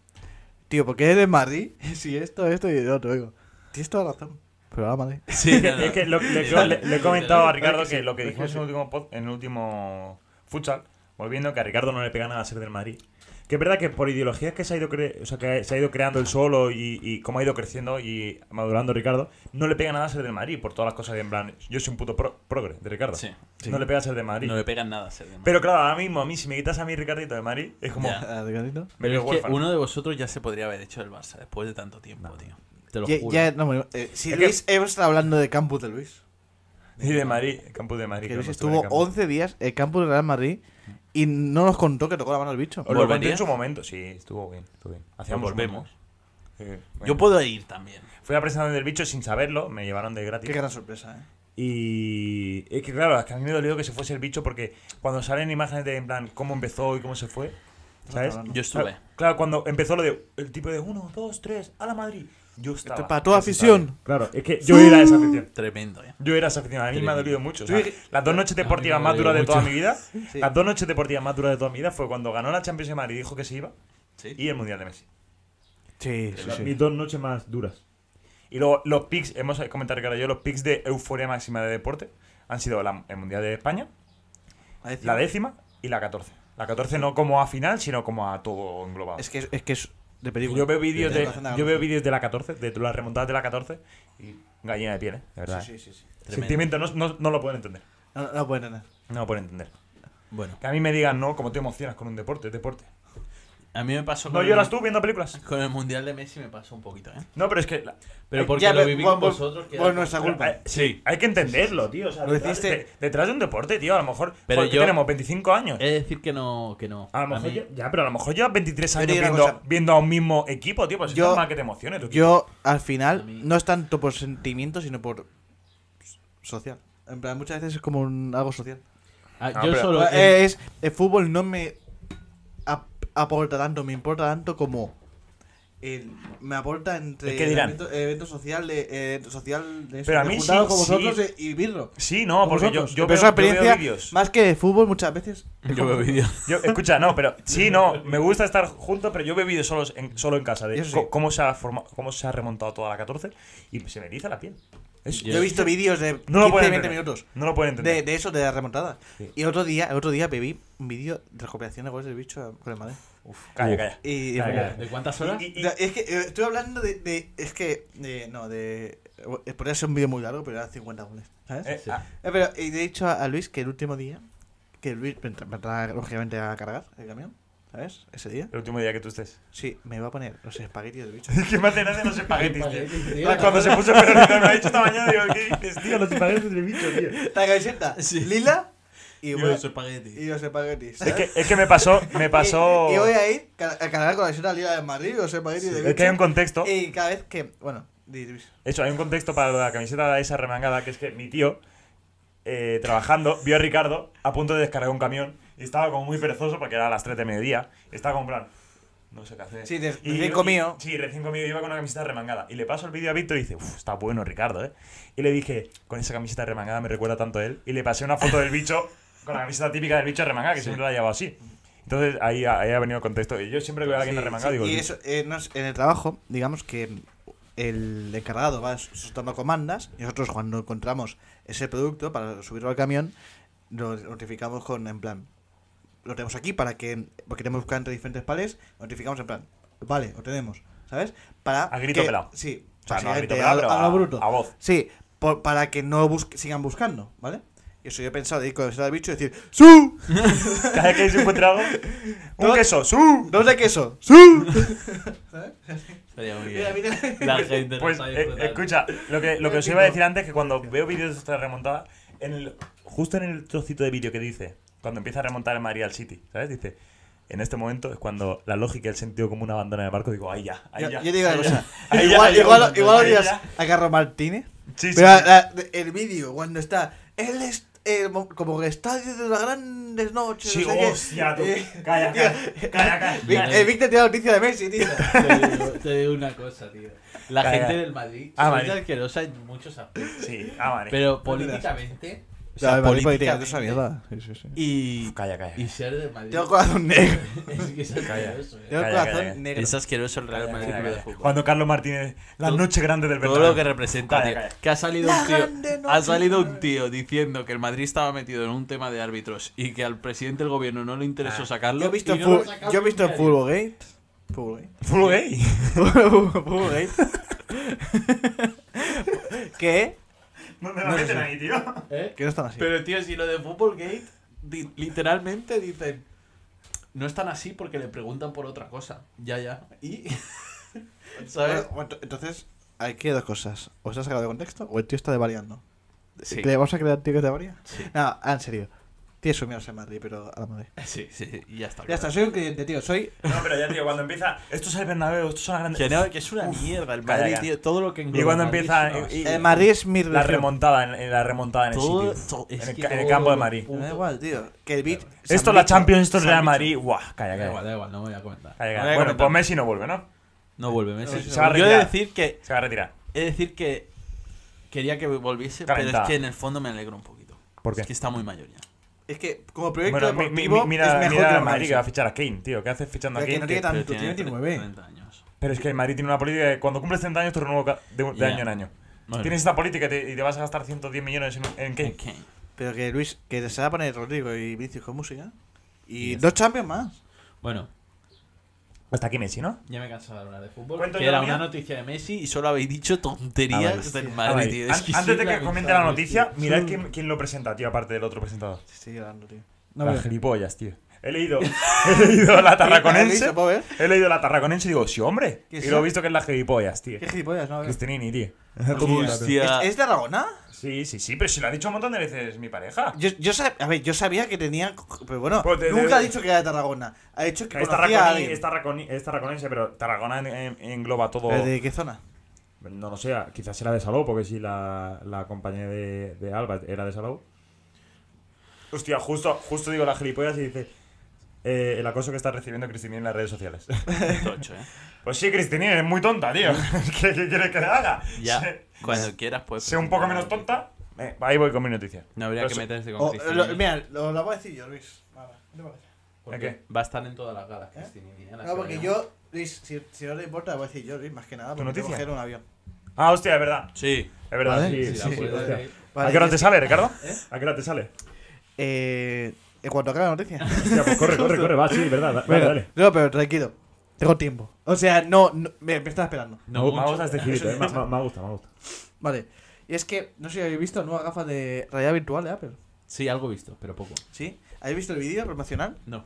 B: tío, ¿por qué eres Madrid? Si esto, esto y lo otro. Digo, tienes toda la razón, pero ahora Madrid.
A: Sí, no, no.
C: Es que lo- le,
A: Literal,
C: le- le he comentado a
A: literal.
C: Ricardo que lo que dijimos en el último pod- en el último futsal, volviendo que a Ricardo no le pega nada a ser del Madrid. Que es verdad que por ideologías que se ha ido, cre- o sea, que se ha ido creando el solo y, y cómo ha ido creciendo y madurando Ricardo, no le pega nada a ser del Madrid por todas las cosas de en plan, yo soy un puto pro- progre de Ricardo.
A: Sí.
C: No le pega a ser del Madrid.
A: No le pegan nada a ser de Madrid.
C: Pero claro, ahora mismo a mí, si me quitas a mí Ricardito de Madrid, es como...
A: Ya.
B: Ricardito.
C: me
A: Pero es
C: quedo
A: que
C: huérfano.
A: uno de vosotros ya se podría haber hecho el Barça después de tanto tiempo, tío. Te lo
B: Ya,
A: juro.
B: ya, no, bueno, eh, si
C: Es que-
B: Luis Evo está hablando de campus de Luis.
C: Y de Madrid, el campus de Madrid.
B: Que
C: claro,
B: Luis
C: estuve en
B: estuvo
C: el campus.
B: 11 días en el campo del Real Madrid y no nos contó que tocó la mano al bicho.
C: Os lo conté en
A: ¿Volverías? Pues
C: su momento, sí, estuvo bien. Estuvo bien. Hacíamos un
A: volvemos. Eh,
C: montón. Sí, bueno.
A: Yo puedo ir también.
C: Fui a la presentación del bicho sin saberlo, me llevaron de gratis.
B: Qué gran sorpresa, ¿eh?
C: Y es que claro, es que a mí me dolió que se fuese el bicho porque cuando salen imágenes de en plan cómo empezó y cómo se fue, ¿sabes?
B: cabrón.
A: Yo estuve.
C: Claro, claro, cuando empezó lo de el tipo de 1, 2, 3, a la Madrid. Yo estaba.
B: Esto para toda afición.
C: Claro, es que yo era esa afición.
A: Tremendo, ¿eh?
C: Yo era esa afición, a mí me ha
A: Tremendo.
C: dolido mucho. o sea, las dos noches
A: a mí me
C: deportivas
A: ha
C: más
A: dolido
C: duras de toda
A: mucho.
C: mi vida,
B: Sí.
C: las dos noches deportivas más duras de toda mi vida fue cuando ganó la Champions de Madrid y dijo que se iba
A: Sí.
C: y el Mundial de Messi.
B: Sí, sí, sí.
C: Mis dos noches más duras. Y luego los picks, hemos comentado Ricardo y yo, los picks de euforia máxima de deporte han sido la- el Mundial de España, la décima y la 14. La 14 no como a final, sino como a todo englobado.
B: Es que es, es que es de película.
C: yo veo vídeos de,
B: Relación a la
C: yo veo
B: relación.
C: vídeos de la 14, de las remontadas de la 14 y gallina de piel, ¿eh? de verdad.
B: Sí,
C: ¿eh?
B: sí, sí. sí.
C: Sentimiento no, no, no lo pueden entender.
B: No, no pueden tener.
C: No lo pueden entender.
A: Bueno,
C: Que a mí me digan, no, como te emocionas con un deporte, es deporte.
B: Ah,
A: a mí me pasó con,
C: No
A: el,
C: lloras tú viendo películas.
A: con el Mundial de Messi, me pasó un poquito, ¿eh?
C: No, pero es que la-
A: Pero
B: Eh,
A: porque
B: ya,
A: lo
B: pero
A: viví
B: por-
A: con
B: por-
A: vosotros. que
B: por
A: era-
B: nuestra culpa.
C: Eh,
A: Sí.
C: hay que entenderlo, tío. o sea,
B: Lo
C: detrás,
B: hiciste-
C: de- detrás de un deporte, tío, a lo mejor
A: Pero
C: joder, ¿qué
A: yo-
C: tenemos 25 años.
B: Eh,
A: He de decir que no. Que no.
C: A lo mejor
A: mí-
C: lle- ya, pero a lo mejor llevas 23
B: Yo
C: años
B: digo una
C: viendo,
B: cosa.
C: viendo a un mismo equipo, tío. Pues
B: Yo-
C: es normal que te emociones. tu equipo.
B: Yo, al
A: A
B: final,
A: mí-
B: no es tanto por sentimiento, sino por social. En plan, muchas veces es como un, algo social.
A: Ah,
C: No,
A: yo
C: pero-
A: solo. eh,
B: Eh, es, el fútbol no me ap- aporta tanto, me importa tanto como el- me aporta entre
C: Es que dirán.
B: el evento, el evento social de, eh, evento social de eso,
C: Pero a
B: de
C: mí
B: juntaros
C: sí,
B: con vosotros eh,
C: sí.
B: y birro.
C: Sí, no,
B: Con
C: porque yo,
B: vosotros. Pero
C: yo, veo,
B: esa
C: yo veo
B: experiencia
C: vídeos.
B: más que de fútbol muchas veces.
A: yo veo vídeos.
C: Yo- escucha, no, pero sí, no, me gusta estar juntos, pero yo veo vídeos solos en, solo en casa de
B: Eso sí.
C: co- cómo, se ha formado, cómo se ha remontado toda la 14 y se me eriza la piel. Es-
A: Yo-
B: Yo he visto vídeos de
C: no lo
B: 15,
C: pueden
B: 20
C: entender.
B: minutos
C: No lo pueden entender.
B: de, de eso de las remontadas.
C: Sí.
B: Y otro día, el otro día bebí un vídeo de recopilación de goles del bicho con el Madrid.
C: Calla, calla.
B: Y,
C: Claro, claro.
A: ¿De cuántas horas?
C: Y- y-
B: Ya, Es que eh, estoy hablando de, de- Es que. de- no, de. eh, Podría ser un vídeo muy largo, pero era 50 goles. ¿Sabes?
C: eh,
A: Sí.
C: ah,
B: Eh, pero y de hecho a, a Luis que el último día. Que Luis me tra- me trae lógicamente a cargar el camión. ¿Sabes? Ese día.
C: el último día que tú estés.
B: Sí, me iba a poner los espaguetis del bicho.
C: ¿Qué me hace gracia los espaguetis,
A: Espaguetis,
C: tío?
A: pues, tío.
C: Claro, Cuando se puso Peronita me ha dicho esta mañana, digo, ¿qué dices, tío? Los espaguetis del bicho, tío.
B: La camiseta
A: Sí.
B: lila y,
A: Y
B: voy-
A: los espaguetis.
B: y los espaguetis.
C: Es
B: ¿sabes?
C: que, es que me pasó, me pasó...
B: Y, y voy a ir ca- a cargar con la camiseta lila del Madrid y los espaguetis del
C: Es
B: bicho.
C: que hay un contexto.
B: Y cada vez que. Bueno, Diris.
C: De hecho, hay un contexto para la camiseta esa remangada, que es que mi tío, eh, trabajando, vio a Ricardo a punto de descargar un camión y estaba como muy perezoso porque era a las 3 de mediodía. Y estaba como en plan, no sé qué hacer.
B: Sí, de-
C: Y-
B: recién
C: y-
B: comido.
C: Sí, recién comido. Iba con una camiseta remangada. Y le paso el vídeo a Víctor y dice, uff, está bueno Ricardo, ¿eh? Y le dije, con esa camiseta remangada me recuerda tanto a él. Y le pasé una foto del bicho, con la camiseta típica del bicho remangada, que siempre la llevaba así. Entonces ahí, ahí ha venido el contexto. Y yo siempre que veo a alguien
B: Sí,
C: remangado
B: sí,
C: digo,
B: y eso, eh, nos- en el trabajo, digamos que el encargado va soltando comandas y nosotros cuando encontramos ese producto para subirlo al camión, lo notificamos con, en plan, lo tenemos aquí para que, porque tenemos que buscar entre diferentes pales, lo notificamos en plan, vale, lo tenemos, ¿sabes? Para
C: A grito
B: que-
C: pelado.
B: pues Sí,
C: O sea, no a
B: básicamente,
C: grito pelado, pero
B: a, a lo
C: a-
B: bruto.
C: a voz.
B: Sí, por- para que no busque- sigan buscando, ¿vale? Y eso yo he pensado de ir con el de bicho y decir, ¡Su!
C: cada vez que se encuentra algo, un
B: Todo-
C: queso, ¡su!
B: ¡Dos de queso! ¡Su!
A: Estaría muy
B: Mira,
A: bien.
B: mira.
A: La gente
C: Pues
A: no sabe
C: eh,
A: disfrutar.
C: escucha, lo que, lo que os iba a decir antes que cuando veo vídeos de esta remontada, en el, justo en el trocito de vídeo que dice, cuando empieza a remontar el Marial City, ¿sabes? Dice, en este momento es cuando la lógica y el sentido común abandonan el barco, digo, ahí ya, ahí
B: Yo,
C: ya.
B: yo digo una
C: ahí
B: cosa.
C: ya, ahí ya,
B: igual,
C: ahí ya,
B: igual,
C: ahí
B: igual
C: ya".
B: odias a Carlos Martínez.
C: Sí, sí,
B: pero eh,
C: sí.
B: la- la- el vídeo, cuando está. Él es eh, mo- como el estadio de las grandes noches.
C: Sí,
B: no sé qué.
C: hostia, tú.
B: Eh,
C: Calla,
B: tío,
C: calla, calla, calla.
B: Vic-
A: Vale.
B: eh, Víctor tiene la noticia de Messi, tío.
A: Te digo, te digo una cosa, tío. La
C: Calla.
A: gente del Madrid
C: Ah,
A: es
C: Madrid.
A: asquerosa en muchos aspectos.
C: Sí, ah, vale.
A: Pero políticamente. o
B: Ya,
A: sea,
B: vale, política,
A: políticamente
B: esa mierda. Sí, sí, sí.
A: Y,
C: Calla, calla.
A: y ser de Madrid.
B: Tengo el corazón negro.
A: Es que es
C: Calla.
A: asqueroso. eh.
B: Tengo el
C: Calla,
B: corazón
C: calla, calla.
B: negro.
A: Es asqueroso el Real Madrid
C: Calla,
A: Club de
C: calla.
A: Fútbol.
C: Cuando Carlos Martínez, la
A: Todo-
C: noche grande del
A: Todo
C: Bernabéu.
A: lo que representa,
C: Calla,
A: tío.
C: calla.
A: Que ha salido
B: La
A: un tío.
B: grande noche.
A: Ha salido un tío diciendo que el Madrid estaba metido en un tema de árbitros y que al presidente del gobierno no le interesó
C: Ah.
A: sacarlo.
B: Yo he visto,
A: y
B: en
A: no lo
B: fu-
A: ha sacado
B: yo he visto en
A: nunca.
B: Football Gate. Football Gate.
C: Full gay.
B: Football Gate. ¿Qué?
C: No me la meten ahí, tío.
A: ¿Eh?
B: Que no están así.
A: Pero tío, si lo de Football Gate, di- literalmente dicen. No están así porque le preguntan por otra cosa. Ya, ya. Y. ¿Sabes?
B: Bueno, ento- entonces, aquí hay dos cosas. O se ha sacado de contexto o el tío está devariando.
A: Sí.
B: ¿Le vamos a crear tío que te varía?
A: Sí.
B: No, ah, en serio. Tío, soy menos en Madrid, pero a la madre.
A: Sí, sí, sí, y ya está.
B: Ya está, soy un cliente, tío. Soy.
C: No, pero ya, tío, cuando empieza, esto es el Bernabéu, esto es una grande...
A: Que no, que es una mierda el
C: calla,
A: Madrid,
C: calla.
A: tío. Todo lo que engloba
C: Y cuando
A: Madrid
C: empieza-
A: es una basura.
C: y-
B: Eh, Madrid es mi
C: La
B: religión.
C: remontada en, en la remontada en el
A: Todo-
C: sitio.
A: todo- es
C: en el,
A: que
C: ca- en el
A: todo
C: campo de
A: lo
C: Madrid.
A: puto-
B: Me da igual, tío. Que el beat. se
C: Esto
B: han
C: es la
B: dicho.
C: Champions, esto es
A: San
C: Real
A: Bicho.
C: Madrid. Guau, calla,
A: Da
C: calla.
A: igual, da igual, no voy a comentar.
C: Calla, calla.
A: No voy a
C: Bueno,
A: comentar.
C: pues Messi no vuelve, ¿no?
A: No vuelve Messi.
B: Messi
A: Se
B: se
C: va a
A: Yo he de
C: retirar.
A: decir que.
C: Se va a retirar.
A: He de decir que. Quería que volviese, pero
C: Calentada.
A: es que en el fondo me alegro un poquito.
C: ¿Por qué?
A: Es que está muy mayor ya.
B: Es que, como proyecto
C: Bueno, mi- mi-
B: deportivo,
C: mira,
B: es mejor
C: mira
B: que
C: al
B: el
C: Madrid que va a
B: Madrid.
C: fichar a Kane, tío. ¿Qué hace fichando a
B: Pero que
C: Kane?
B: no tiene
C: tío?
B: tan-
A: Pero
B: tú tienes 19.
A: 30 años.
C: Pero es que el Madrid tiene una política de cuando cumples 30 años te renuevo ca- de, de
A: Ya.
C: año en año.
A: Bueno.
C: Tienes esta política y te, y te vas a gastar 110 millones en, en Kane.
A: Ok.
B: Pero que Luis, que se va a poner Rodrigo y Vinicius con música.
A: Y
B: Y
A: ya
B: dos Champions más.
A: Bueno,
C: Hasta Pues aquí Messi, ¿no?
A: ya me he cansado de hablar de fútbol.
C: ¿Cuento
A: Que
C: yo
A: era
C: la mía?
A: una noticia de Messi y solo habéis dicho
C: Ah,
A: tonterías
C: vale.
A: del
C: Ah,
A: Madrid,
C: vale.
A: tío.
C: An-
A: Es que
C: Antes de
A: soy
C: que
A: una
C: comente
A: cosa,
C: la
A: tío.
C: noticia,
A: Sí. Mm.
C: mirad quién, quién lo presenta, tío, aparte del otro presentador.
B: Estoy llorando, tío. No
C: Las gilipollas, tío. He leído, he leído la tarraconense.
B: ¿Puedo ver?
C: He leído la tarraconense y digo, sí, hombre.
B: ¿Qué
C: Y
B: es
C: lo he
B: eso?
C: visto que es la gilipollas, tío.
B: ¿Qué gilipollas? No, veo. ¿Es,
C: Cristinini, tío.
A: Hostia.
B: ¿Es de Aragona?
C: Sí, sí, sí, pero si lo ha dicho un montón de veces mi pareja.
B: Yo, yo sab- a ver, yo sabía que tenía. Pero bueno,
C: Pues de-
B: nunca
C: de-
B: ha dicho que era de Tarragona. Ha dicho que
C: Es
B: conocía a
C: tarraconí-
B: alguien.
C: es tarraconi- es tarraconense, pero Tarragona en- en- engloba todo.
B: ¿Pero ¿De qué zona?
C: No lo sé, quizás era de Salou, porque si la, la compañía de, de Alba era de Salou. Hostia, justo, justo digo la gilipollas y dice eh, el acoso que está recibiendo Cristinini en las redes sociales.
A: Tocho, eh.
C: pues sí, Cristinini, es muy tonta, tío. ¿Qué, qué quieres que le haga?
A: Ya,
C: Sé,
A: cuando quieras puedes.
C: sé un poco menos tonta. Eh, ahí voy con mi noticia.
A: No habría
C: Pero
A: que
C: sé-
A: meterse con
B: O-
A: Cristinini,
B: Oh, lo- mira, lo, lo voy a decir yo, Luis. Vale, no te parece.
A: porque
C: ¿Qué?
A: Va a estar en todas las galas,
B: ¿Eh?
A: Cristinini. ya la
B: No, porque
A: sabemos.
B: yo, Luis, si, si no te importa, lo voy a decir yo, Luis, más que nada.
C: ¿Tu
B: porque tengo
C: noticia?
B: que coger un avión.
C: Ah, hostia, es verdad.
A: Sí.
C: Es verdad,
B: Vale.
C: sí,
A: sí, la
C: sí,
A: puedo
C: hostia.
A: decir.
C: ¿A qué hora
B: y-
C: te sale, Ricardo?
B: ¿Eh?
C: ¿A qué hora te sale?
B: Eh, en cuanto acabe la noticia.
C: Hostia, pues corre, corre, corre, va, sí, verdad. da- Dale,
B: Venga,
C: dale.
B: No, pero tranquilo. Tengo tiempo. O sea, no, no- me, me estaba esperando.
A: No,
C: me,
A: mucho.
C: gusta este girito, eh, me, me- me gusta, me gusta.
B: Vale. Y es que, no sé si habéis visto nueva gafa de realidad virtual de Apple.
A: Sí, algo visto, pero poco.
B: ¿Sí? ¿Habéis visto el vídeo promocional?
A: No.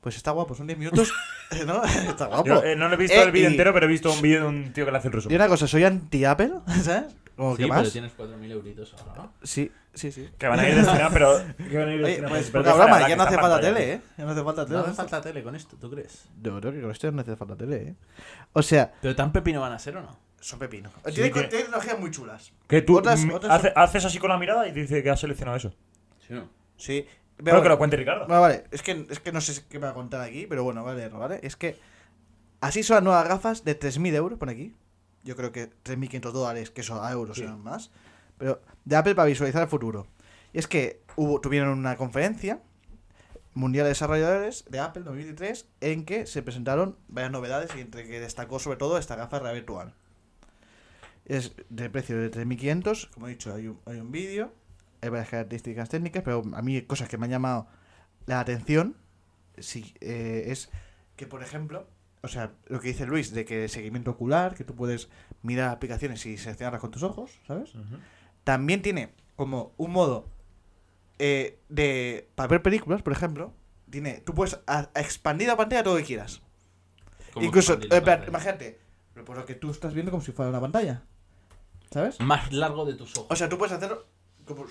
B: Pues está guapo, son 10 minutos. ¿No? Está guapo.
C: Yo, eh, no lo he visto
B: Eh,
C: el vídeo
B: y-
C: entero, pero he visto un vídeo de un tío que le hace el ruso.
B: Y una cosa, soy anti-Apple, ¿sabes? Como
A: Sí,
B: que
A: pero
B: más.
A: tienes 4.000 euritos ahora, ¿no?
B: Sí, sí, sí.
C: Que van a ir de escena, pero. Que van a ir de
B: Oye,
C: escena,
B: pues,
C: pero-
B: porque
C: pero
B: ahora
C: fuera,
B: más,
C: que
B: ya no
C: está
B: hace
C: en
B: falta
C: pantalla.
B: tele, ¿eh? Ya no hace falta tele.
A: No hace falta tele con esto, ¿tú crees?
B: Yo creo que con esto no hace falta tele, ¿eh? O sea,
A: ¿Pero tan pepino van a ser o no?
B: Son pepinos.
C: Sí,
B: tiene,
C: tiene-
B: tiene tecnologías muy chulas.
C: Que tú
B: Otras-
C: mm,
B: otras-
C: hace- haces así con la mirada y te dice que has seleccionado eso.
A: Sí, ¿no?
B: Sí.
C: Pero que
B: bueno.
C: lo cuente Ricardo.
B: Vale, Ah, vale. Es que, es que no sé qué me va a contar aquí, pero bueno, vale, ¿vale? Es que así son las nuevas gafas de 3.000 euros, por aquí. Yo creo que 3.500 dólares, que son a euros
C: Sí.
B: eran más. Pero de Apple para visualizar el futuro. Y es que hubo, tuvieron una conferencia mundial de desarrolladores de Apple 2023 en que se presentaron varias novedades y entre que destacó sobre todo esta gafa real virtual. Es de precio de 3.500, como he dicho, hay un, hay un vídeo, hay varias características técnicas, pero a mí cosas que me han llamado la atención sí, eh, es que, por ejemplo, o sea, lo que dice Luis de que seguimiento ocular, que tú puedes mirar aplicaciones y seleccionarlas con tus ojos, ¿sabes?
C: Ujú.
B: También tiene como un modo eh, de para ver películas, por ejemplo. Tiene, tú puedes a- a expandir la pantalla todo lo que quieras.
A: ¿Cómo
B: Incluso,
A: expandir la
B: eh, espera,
A: pantalla?
B: imagínate, lo- pues lo que tú estás viendo como si fuera una pantalla. ¿Sabes?
A: Más largo de tus
B: O
A: ojos.
B: sea, tú puedes hacerlo como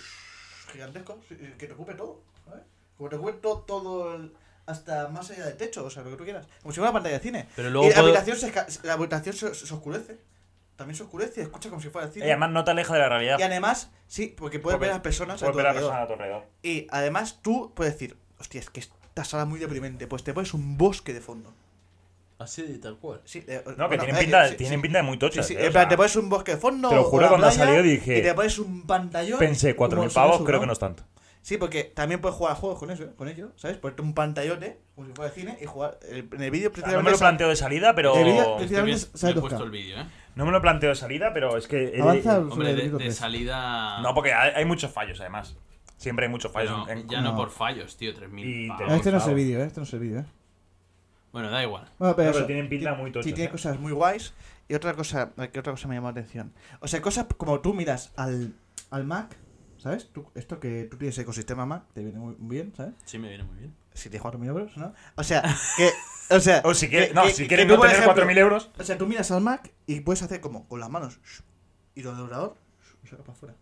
B: gigantesco, sí, sí, que te ocupe todo, ¿sabes? Como te ocupe todo, todo el- hasta más allá del techo, o sea, lo que tú quieras. Como si fuera una pantalla de cine.
A: Pero luego
B: y la
A: puedo-
B: habitación, se, esca- la habitación se, se oscurece. También se oscurece, escucha como si fuera el
C: Y
B: cine.
C: además no te aleja de la realidad.
B: Y además, sí, porque puedes
C: Porque
B: ver a las personas a
C: Puedes
B: tu
C: ver a
B: alrededor.
C: personas a tu alrededor.
B: Y además tú puedes decir, hostia, es que esta sala es muy deprimente. Pues te pones un bosque de fondo.
A: Así de tal cual.
B: Sí, eh,
C: No, que
B: bueno,
C: tienen
B: eh,
C: pinta,
B: sí,
C: tienen
B: sí.
C: pinta de muy
B: Sí,
C: tochas.
B: sí,
C: eh, o
B: en plan,
C: sea,
B: te pones un bosque de fondo.
C: te lo
B: o
C: juro,
B: la
C: cuando
B: playa,
C: salió dije-
B: Y te pones un pantallón.
C: pensé
B: como
C: 4.000
B: el
C: pavos,
B: Sudoku,
C: creo que no es tanto.
B: Sí, porque también puedes jugar a juegos con eso, ¿eh? con ello, ¿sabes? Ponerte un pantallote, como si fuera de cine, y jugar. eh, En el vídeo,
C: O sea, no me
B: precisamente. sale-
C: lo planteo de salida, pero.
B: El vídeo-
A: Estoy
B: Precisamente
A: bien-
B: sale
A: me he
B: dos
A: puesto
B: K.
A: el vídeo, ¿eh?
C: No me lo planteo de salida, pero es que.
B: Avanza.
C: eh,
A: Hombre,
B: el
A: de,
B: libro
A: de
B: tres.
A: salida.
C: No, porque hay, hay muchos fallos, además. Siempre hay muchos fallos.
A: pero
C: en-
A: ya no,
B: no.
A: por fallos, tío, 3000.
C: Y
A: pavos.
C: te-
B: Ah, Este no es el
C: Claro.
B: vídeo, eh, este no es el vídeo. eh.
A: Bueno, da igual.
B: Bueno, pero,
C: No, pero
B: eso,
C: tienen pinta
B: ti-
C: muy
B: sí,
C: tochas,
B: tiene
C: ¿eh?
B: cosas muy guays. Y otra cosa, eh, que otra cosa me llamó la atención. O sea, cosas como tú miras al, al Mac, ¿sabes? Tú- esto que tú tienes ecosistema Mac, te viene muy bien, ¿sabes?
A: Sí, me viene muy bien.
B: Si tienes 4.000 euros, ¿no? O sea, que... O sea,
C: O si quieres,
B: que-
C: no,
B: que-
C: si
B: que
C: quieres
B: tú,
C: no
B: por
C: tener
B: ejemplo,
C: 4.000 euros.
B: O sea, tú miras al Mac y puedes hacer como con las manos shh, y lo del orador shh, y saca para afuera.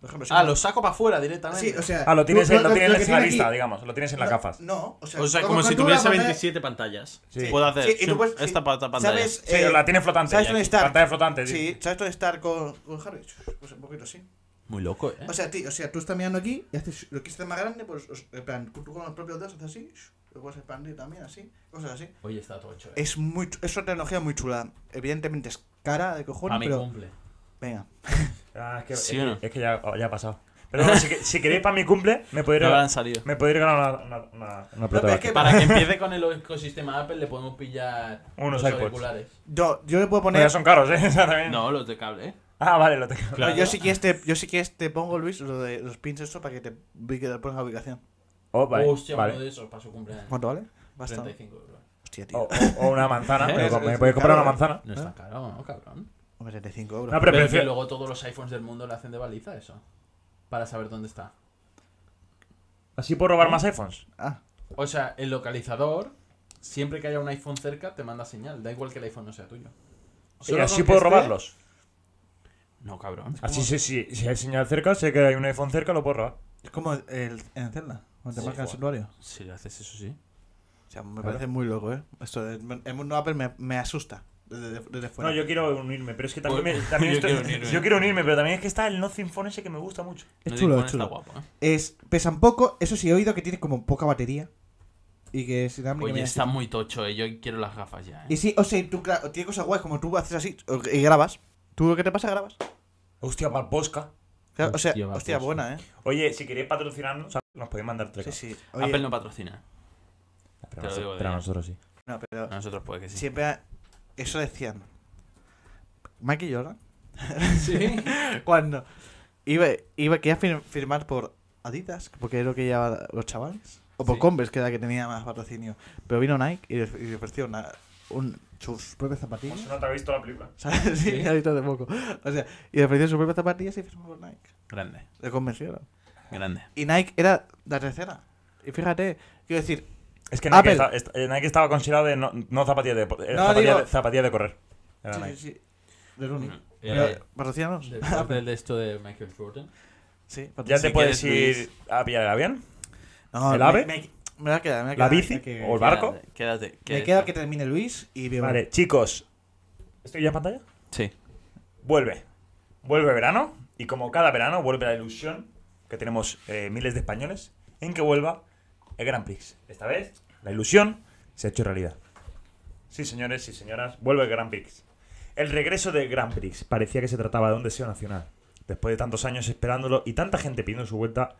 B: Por ejemplo, si
A: Ah,
B: no-
A: lo saco para afuera directamente.
B: Sí, o sea...
C: Ah, lo tienes,
B: tú-
C: lo, tienes
B: que
C: en la
B: tiene
C: vista,
B: aquí-
C: digamos. Lo tienes en las
B: no,
C: gafas.
B: No, o sea...
E: O sea,
B: lo
E: como si
B: controla la
E: tuviese
B: pantalla-
E: 27 pantallas.
C: Sí.
E: Puedo hacer
B: Sí, y tú
E: zoom,
B: puedes-
E: esta
B: sí,
E: pa- pantalla.
B: ¿sabes?
C: Sí,
B: eh,
C: la tiene flotante.
B: ¿Sabes
C: ya,
B: dónde estar?
C: Pantalla flotante.
B: Sí, ¿sabes dónde estar con, con Harry? Pues un poquito así.
A: Muy loco, ¿eh?
B: O sea, tío, o sea, tú estás mirando aquí y haces lo que está más grande, pues os- en plan, tú con los propios dedos haces así, lo puedes expandir también así, cosas así.
A: Oye, está tocho, ¿eh?
B: Es muy chu- es una tecnología muy chula. Evidentemente es cara de
A: Para
B: cojones,
A: mi
B: pero
A: cumple.
B: venga.
C: Ah, es que,
A: ¿Sí
C: es,
A: o no?
C: que- es que ya, oh, ya ha pasado. Pero bueno, si, que- si queréis para mi cumple, me podéis
A: No
C: regalar,
A: habrán salido.
C: me podéis regalar una, una, una, una pelota
B: pero
C: de
B: es que-
C: básquet.
A: Para que empiece con el ecosistema Apple, le podemos pillar
C: Unos
A: los
C: iPods.
A: auriculares.
B: Yo, yo le puedo
C: Pero
B: poner.
C: ya son caros, ¿eh? O sea, también-
A: No, los de cable, ¿eh?
C: Ah, vale, lo tengo.
B: No, Yo sí que este, yo sí que este pongo Luis lo de los pins esto para que te vi que te pongas la ubicación.
C: Oh, vale.
A: Hostia,
C: vale.
A: uno de esos para su cumpleaños.
B: ¿Cuánto vale? Bastante.
A: 35 euros.
B: Hostia, tío.
A: Oh.
C: O, o- o una manzana.
A: ¿Eh?
C: Me,
A: Es-
C: me
B: es
C: podéis comprar
B: caro,
C: una manzana.
A: No es
B: ¿Eh?
A: tan caro, ¿no, cabrón?
B: Hombre, 75 euros.
C: No,
A: Pero,
C: pero
A: que
C: prefiero.
A: luego todos los iPhones del mundo le hacen de baliza eso. Para saber dónde está.
C: Así puedo robar más iPhones.
B: Ah,
A: O sea, el localizador, siempre que haya un iPhone cerca, te manda señal. Da igual que el iPhone no sea tuyo.
C: Y
B: Solo con este.
C: así
B: que
C: puedo
B: esté-
C: robarlos.
A: No, cabrón.
C: Así, sí, sí, si hay señal cerca, sé que hay un iPhone cerca, lo puedo robar.
B: es como el, en Zelda, cuando te
A: Sí,
B: marca el
A: guau.
B: santuario.
A: Si le haces eso, sí.
B: O sea, me parece muy loco, ¿eh? Esto del el mundo Apple me, me asusta desde, desde fuera.
C: No, yo quiero unirme, pero es que también,
A: Pues-
C: me- también
A: yo
C: estoy-
A: quiero unirme.
C: yo quiero unirme, pero también es que está el Nothing Phone ese que me gusta mucho.
B: Es
A: No,
B: chulo,
A: Digimon
B: es chulo.
A: Está guapo, ¿eh?
B: Es, pesan poco, eso sí he oído que tiene como poca batería. Y que es inalámbrica,
A: Oye,
B: mira,
A: está
B: así.
A: muy tocho, ¿eh? Yo quiero las gafas ya, ¿eh?
B: Y sí, o sea, tú, claro, tiene cosas guays como tú haces así o- y grabas. Tú lo que te pasa, grabas.
C: Hostia, para Posca.
B: Claro, o sea,
A: Hostia,
B: hostia,
A: va, pues.
B: buena, ¿eh?
C: Oye, si queréis patrocinarnos, nos podéis mandar tres.
B: Sí, sí. Oye,
A: Apple no patrocina.
C: Pero,
A: Te lo
C: nosotros,
A: digo de
C: pero
A: ya.
C: nosotros sí.
B: no, pero
A: A nosotros puede que Ah, sí.
B: siempre ha- eso decían. Mike y yo, ¿no?
A: Sí.
B: Cuando iba, iba quería fir- firmar por Adidas, porque es lo que llevaban los chavales. O por
A: Sí.
B: Converse, que era la que tenía más patrocinio. Pero vino Nike y le, y le ofreció una, un, sus propias zapatillas.
C: Pues no te habéis visto la película.
B: ¿Sabes? Sí,
A: Sí.
B: ya he visto hace poco. O sea, y le ofreció sus propias zapatillas y firmó por Nike.
A: grande,
B: Le convencieron.
A: grande.
B: Y Nike era la tercera. Y fíjate, quiero decir,
C: Es que Nike,
B: Apple.
C: está- está- eh, Nike estaba considerado de no, no zapatilla de, depo- eh,
B: No,
C: zapatilla,
B: digo-
C: de zapatilla de correr. Era
B: sí,
C: Nike.
B: sí, sí, del único.
A: Eh,
B: ¿Patrocinanos?
A: Después del de esto de Michael Jordan.
B: Sí,
C: Ya
A: Si
C: te puedes
A: quieres,
C: ir a pillar el avión,
B: No,
C: ¿El
B: me-
C: ave?
B: Me, me la queda, me la
C: la
B: queda.
C: bici
B: me que-
C: o el barco.
A: Quédate. quédate,
B: Me
A: quédate.
B: queda que termine Luis y veo.
C: Vale, chicos. ¿Estoy ya en pantalla?
A: Sí.
C: Vuelve. Vuelve verano. Y como cada verano, vuelve la ilusión que tenemos eh, miles de españoles en que vuelva el Grand Prix. Esta vez, la ilusión se ha hecho realidad. Sí, señores y señoras, vuelve el Grand Prix. El regreso del Grand Prix parecía que se trataba de un deseo nacional. Después de tantos años esperándolo y tanta gente pidiendo su vuelta,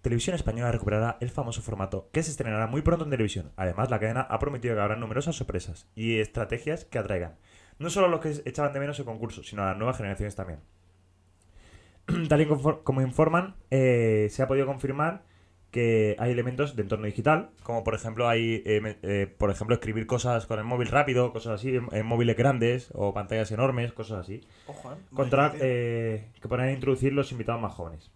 C: Televisión Española recuperará el famoso formato que se estrenará muy pronto en televisión. Además, la cadena ha prometido que habrá numerosas sorpresas y estrategias que atraigan no solo a los que echaban de menos el concurso, sino a las nuevas generaciones también. Tal y confor- como informan, eh, se ha podido confirmar que hay elementos de entorno digital, como por ejemplo hay, eh, me- eh, por ejemplo, escribir cosas con el móvil rápido, cosas así, en, en móviles grandes o pantallas enormes, cosas así
B: Ojo, ¿eh?
C: contra
B: Imagínate.
C: eh, que podrán introducir los invitados más jóvenes.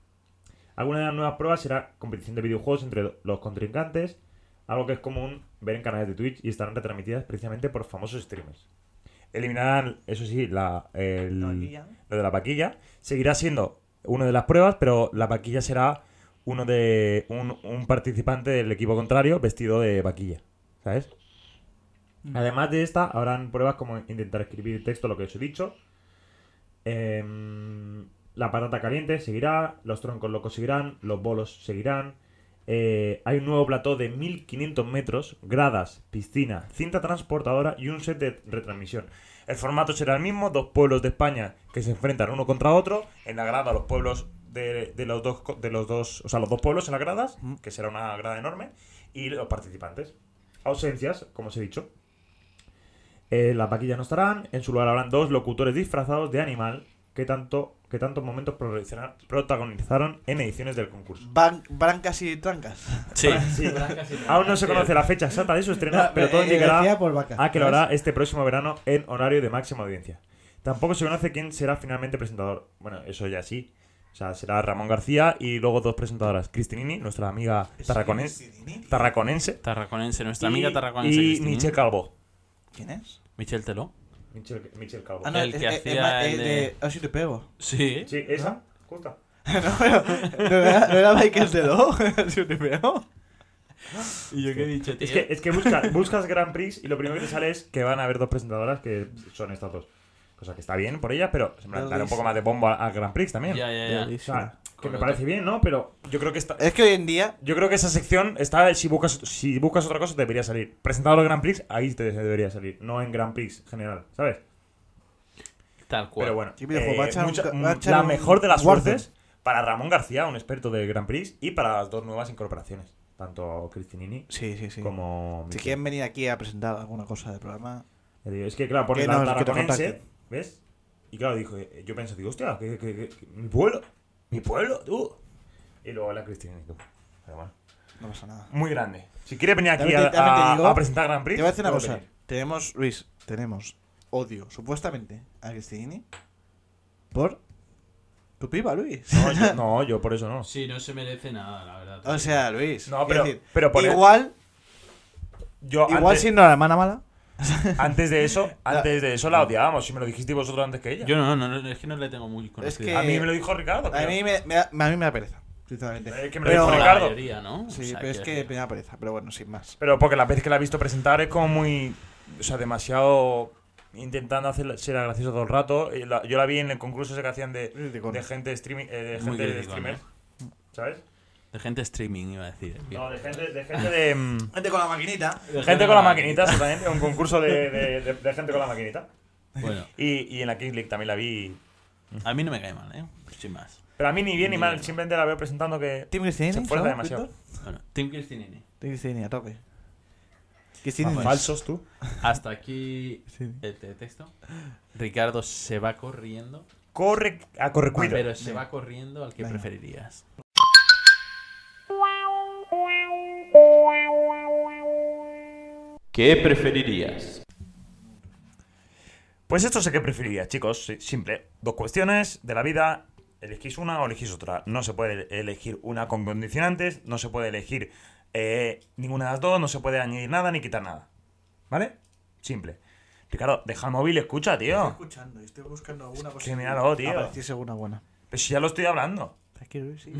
C: Alguna de las nuevas pruebas será competición de videojuegos entre los contrincantes, algo que es común ver en canales de Twitch y estarán retransmitidas precisamente por famosos streamers. Eliminarán, eso sí, la, el-
B: La vaquilla.
C: lo de la vaquilla. Seguirá siendo una de las pruebas, pero la vaquilla será uno de un, un participante del equipo contrario vestido de vaquilla. ¿Sabes? Además de esta, habrán pruebas como intentar escribir texto, lo que os he dicho, Em, la patata caliente seguirá, los troncos locos seguirán, los bolos seguirán. Eh, hay un nuevo plató de 1500 metros, gradas, piscina, cinta transportadora y un set de retransmisión. El formato será el mismo, dos pueblos de España que se enfrentan uno contra otro, en la grada los pueblos de, de los dos co- de los dos, o sea, los dos pueblos en las gradas, que será una grada enorme, y los participantes. Ausencias, como os he dicho, eh, las vaquillas no estarán. En su lugar habrán dos locutores disfrazados de animal que tanto que tantos momentos protagonizaron- protagonizaron en ediciones del concurso.
B: Ban- brancas y trancas.
A: Sí.
C: Aún no se conoce la fecha exacta de su estreno,
B: No,
C: pero todo
B: eh, decía
C: indicará
B: por vaca,
C: a que lo
B: ¿sabes?
C: hará este próximo verano en horario de máxima audiencia. Tampoco se conoce quién será finalmente presentador. Bueno, eso ya sí. O sea, será Ramón García y luego dos presentadoras. Cristinini, nuestra amiga tarraconen- tarraconense.
A: Tarraconense, nuestra amiga
C: y-
A: tarraconense.
C: Y
A: Cristina.
C: Michel Calvo.
B: ¿Quién es?
A: Michel Teló.
C: Michel, Michel Calvo.
B: Ah, no,
A: El
B: es-
A: que
B: es-
A: hacía
B: es ma-
A: el
B: es
A: de-
B: de... Ah, sí te pego.
A: Sí.
C: Sí, esa. Justa.
B: no, pero, ¿no era, ¿no era Michael Dedo? ¿Sí te pego?
A: ¿Y yo qué he dicho, tío?
C: Es que, es que busca- buscas Grand Prix y lo primero que te sale es que van a haber dos presentadoras que son estas dos. Cosa que está bien por ellas, pero se me
B: Pero
C: dará un
B: dice-
C: poco más de bombo a- al Grand Prix también.
A: Ya, ya, ya.
C: O sea, que me parece bien, ¿no? Pero yo creo que esta, eh,
B: Es que hoy en día...
C: yo creo que esa sección está si buscas si buscas otra cosa te debería salir. Presentador de Grand Prix, ahí te debería salir, no en Grand Prix general, ¿sabes?
A: Tal cual.
C: Pero bueno, eh,
B: Sí, pero va a echar un
C: mucha-
B: ca-
C: mm,
B: va a echar
C: la
B: un
C: mejor de las
B: Warzone.
C: suertes para Ramón García, un experto del Grand Prix, y para las dos nuevas incorporaciones, tanto Cristinini
B: Sí, sí, sí.
C: como
B: Si
C: Miquel.
B: quieren venir aquí a presentar alguna cosa del programa...
C: Ya digo, Es que, claro, pone
B: Que
C: la
B: no, que te
C: Tarraconense,
B: contacten.
C: ¿ves? Y claro, dijo, eh, yo pensé, digo, hostia, que, que- que- que- mi pueblo, mi pueblo, tú. Y luego la Cristina y tú. Pero bueno,
B: No pasa nada.
C: muy grande. Si quieres venir aquí
B: También te-
C: a,
B: también te
C: a-
B: digo-
C: a presentar Grand Prix,
B: Te voy a decir una
C: puedes
B: cosa.
C: venir.
B: Tenemos, Luis, tenemos odio, supuestamente, a Cristinini por tu piba, Luis.
C: No yo, no, yo por eso no.
A: Sí, no se merece nada, la verdad.
B: O sea, Luis.
C: No,
B: quiero
C: pero- pero por el-
B: igual,
C: Yo
B: igual
C: antes,
B: siendo la hermana mala.
C: antes de eso, antes de eso la odiábamos. Si me lo dijisteis vosotros antes que ella.
A: Yo no, no, no, es que no le tengo muy conocido.
B: que-
C: a mí me lo dijo Ricardo.
B: A
C: creo.
B: mí me, me da- a mí me da pereza, sinceramente.
C: Es que me lo
B: Pero-
C: dijo
A: la
C: Ricardo.
A: mayoría, ¿no? O
B: Sí,
A: sea,
B: pero es
A: quiero
B: que me da pereza, pero bueno, sin más.
C: Pero porque la vez que la he visto presentar es como muy. O sea, demasiado. Intentando hacer, ser gracioso todo el rato. Y la- yo la vi en el concurso ese que hacían de,
B: Criticón.
C: de gente, streaming, eh, de,
A: Muy
C: gente de
A: criticón,
C: streamer. ¿eh? ¿Sabes?
A: decir. De gente streaming, iba a decir. eh,
C: No, de gente de. Gente, de, mm,
B: Gente con la maquinita.
A: De
C: gente con la maquinita, exactamente. Un concurso de, de- de- de gente con la maquinita.
A: Bueno,
C: Y, y en la Kings League también la vi.
A: a mí no me cae mal, ¿eh? Sin más.
C: Pero a mí ni bien ni mal, simplemente la veo presentando que.
B: Team Cristinini.
C: Se esfuerza
B: ¿sabes,
C: demasiado.
B: Víctor?
A: Bueno, Team Cristinini.
B: Team Cristinini, a tope. Cristinini.
C: Falsos tú.
A: Hasta aquí
B: Sí.
A: el te- texto. Ricardo se va corriendo,
C: Corre a correcuido.
A: pero se
B: Venga.
A: va corriendo al que
B: Venga.
A: preferirías.
D: ¿Qué preferirías?
C: Pues esto sé que preferiría, chicos. Sí, Simple. Dos cuestiones de la vida. Elegís una o elegís otra. No se puede elegir una con condicionantes. No se puede elegir eh, ninguna de las dos. No se puede añadir nada ni quitar nada. ¿Vale? Simple. Ricardo, deja el móvil, escucha, tío.
B: escuchando, estoy buscando alguna cosa.
C: que míralo, tío.
B: Aparecí alguna buena.
C: Pero si ya lo estoy hablando.
B: Tranquilo, Luis, sí.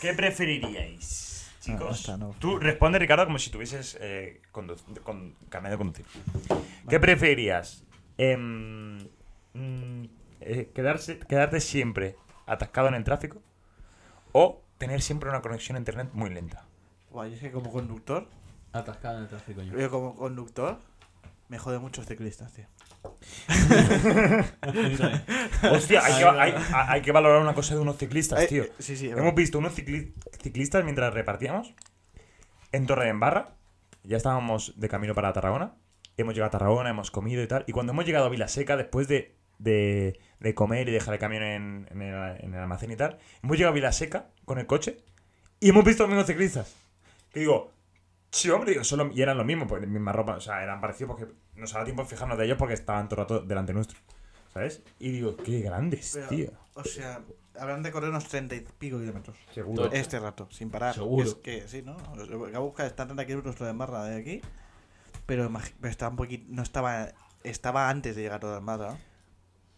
C: ¿Qué preferiríais,
B: No,
C: chicos?
B: no está, no.
C: Tú responde, Ricardo, como si tuvieses eh, condu- con carnet de conducir. ¿Qué preferirías? Em, mm, eh, quedarse, quedarte siempre atascado en el tráfico o tener siempre una conexión a internet muy lenta.
B: Guay, es que como conductor,
A: Atascado en el tráfico yo.
B: yo como conductor, me jode mucho ciclistas, tío.
C: Hostia, hay que, va- hay- hay- hay que valorar una cosa de unos ciclistas,
B: Eh,
C: tío.
B: eh, sí, sí, es
C: Hemos visto unos cicli- ciclistas mientras repartíamos en Torre de Embarra. Ya estábamos de camino para Tarragona. Hemos llegado a Tarragona, hemos comido y tal. Y cuando hemos llegado a Vilaseca, después de, de- de comer y dejar el camión en, en el, en el almacén y tal, hemos llegado a Vilaseca con el coche y hemos visto a los mismos ciclistas. Y digo, sí, hombre, digo, solo, y eran los mismos, pues, misma ropa, o sea, eran parecidos porque nos daba tiempo de fijarnos de ellos porque estaban todo el rato delante nuestro. ¿Sabes? Y digo, qué grandes,
B: Pero,
C: tío.
B: O sea, habrán de correr unos treinta y pico kilómetros.
C: Seguro.
B: Este rato, sin parar.
A: Seguro.
B: Es que sí, ¿no? Acá busca, están 30 kilómetros de Marra de aquí. Pero, imagi- pero estaba un poquito. No estaba. Estaba antes de llegar a Marra.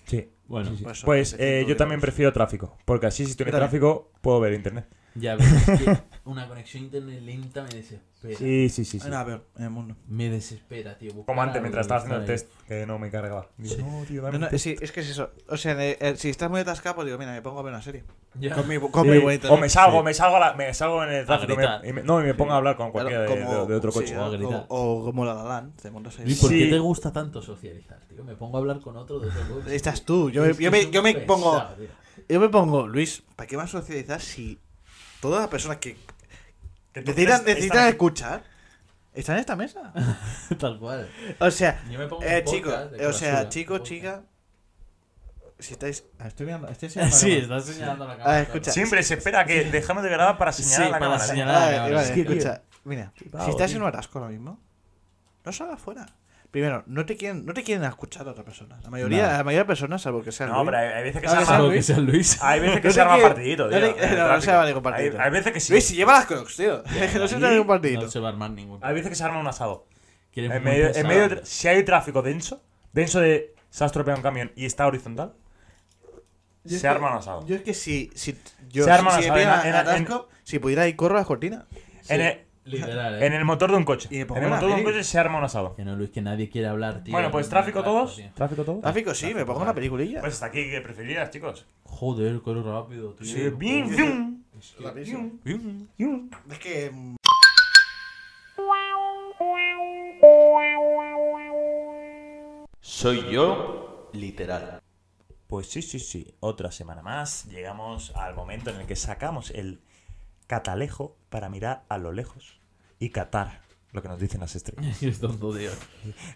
C: Sí.
A: Bueno,
C: Sí, sí.
B: pues son
C: Pues
B: 700
C: eh, yo
B: euros.
C: también prefiero tráfico, porque así si estoy en
B: Yo también.
C: tráfico puedo ver internet.
A: Ya, pero es que una conexión internet lenta me desespera.
C: Sí, sí, sí. sí.
B: Nada, pero en el mundo.
A: Me desespera, tío. buscar
C: Como antes,
A: algo
C: mientras
A: que
C: estaba haciendo el
A: estar
C: test, que no me cargaba. Digo, no, tío, dame
B: No,
C: un
B: no,
C: test.
B: sí, es que es eso. O sea, en el- en- si estás muy atascado, pues digo, mira, me pongo a ver una serie.
A: ahí. Ya.
B: Con mi, con
C: Sí,
B: mi buen internet.
C: O me salgo, me salgo, a la- me salgo en el tráfico. y me-
A: gritar.
C: y me- no, y me pongo a hablar con
B: Claro,
C: cualquiera de- de, de otro
B: sí,
C: coche.
A: ¿no? Grita.
B: o, o como la Galán, te montas ahí.
A: Luis, ¿por qué
C: Sí.
A: te gusta tanto socializar, tío? Me pongo a hablar con otro de otro coche.
B: Estás tú, yo me-
A: Es que
B: yo me-
A: soy un
B: yo me
A: pesado,
B: pongo-
A: tío.
B: Yo me pongo, Luis, ¿para qué vas a socializar si todas las personas que
C: Que tú
B: necesitan,
C: crees-
B: necesitan
C: estás-
B: escuchar están en esta mesa?
A: Tal cual.
B: O sea,
A: Yo me pongo
B: eh,
A: un
B: chicos,
A: podcast de
B: eh, o sea,
A: basura,
B: chicos,
A: un
B: chicas, si estáis. ah, Estoy mirando, estoy
A: podcast.
B: enseñando
A: Sí,
B: la
A: estás señalando la
B: Ah,
A: cámara.
B: escucha.
A: claro.
C: Siempre se espera que dejemos de grabar para señalar
A: Sí,
C: la
A: para
C: cámara. ¿eh?
A: señalar.
B: cámara.
A: Nada,
B: Ah,
A: nada,
B: vale,
A: es
C: que,
B: escucha, mira,
C: flipado,
B: si estás en
C: tío.
B: un atasco ahora mismo, no salgas fuera. Primero, no te quieren, no te quieren escuchar a otra persona. La mayoría,
A: Nada.
B: la mayoría de personas, salvo que sea
C: No,
B: Luis,
C: pero eh, hay, hay veces que
B: No,
C: se
B: que
C: arma.
B: sea-
A: Salvo que sea Luis.
C: Hay veces que
B: No
C: se
B: te
C: arma
B: quiere-
C: partidito,
B: no
C: tío.
B: te-
C: en el
B: no, no
C: tráfico.
B: se va ningún partidito.
C: Hay, hay veces que sí.
B: Luis, si lleva las crocs, tío. que no se
C: ahí
B: da ningún partido.
A: No se va a armar ningún.
C: Hay veces que se arma un asado.
A: Quieres
C: Ah, En
A: muy
C: medio, en
A: pesado,
C: medio del
A: tío.
C: tra- si hay tráfico denso, denso de se ha estropeado un camión y está horizontal,
B: Yo es
C: se
B: que-
C: arma un asado.
B: Yo es que si, si yo
C: Se arma
B: si,
C: la
B: si me
C: sala,
B: pillan
C: en- en-
B: atasco, si pudiera ir corro a las cortinas.
A: Sí,
C: en, el,
A: Literal, eh.
C: en el motor de un coche.
B: Y le
C: En
B: pongo
C: el
B: una
C: motor de un
B: peli.
C: coche se arma un asado.
A: Que no, Luis, que nadie quiere hablar, tío.
C: bueno, pues
A: No,
C: tráfico
A: no, no,
C: todos.
A: tío.
C: Tráfico todos.
B: Tráfico sí, me pongo una peliculilla.
C: Ah, Pues hasta aquí que preferirías, chicos.
A: Joder, corre rápido, tío.
C: Sí, bim, bim, bim, bim, bim.
B: es que mm,
D: Soy yo, literal.
C: Pues sí, sí, sí. Otra semana más. Llegamos al momento en el que sacamos el catalejo para mirar a lo lejos y catar lo que nos dicen las estrellas.
A: Es tonto, tío.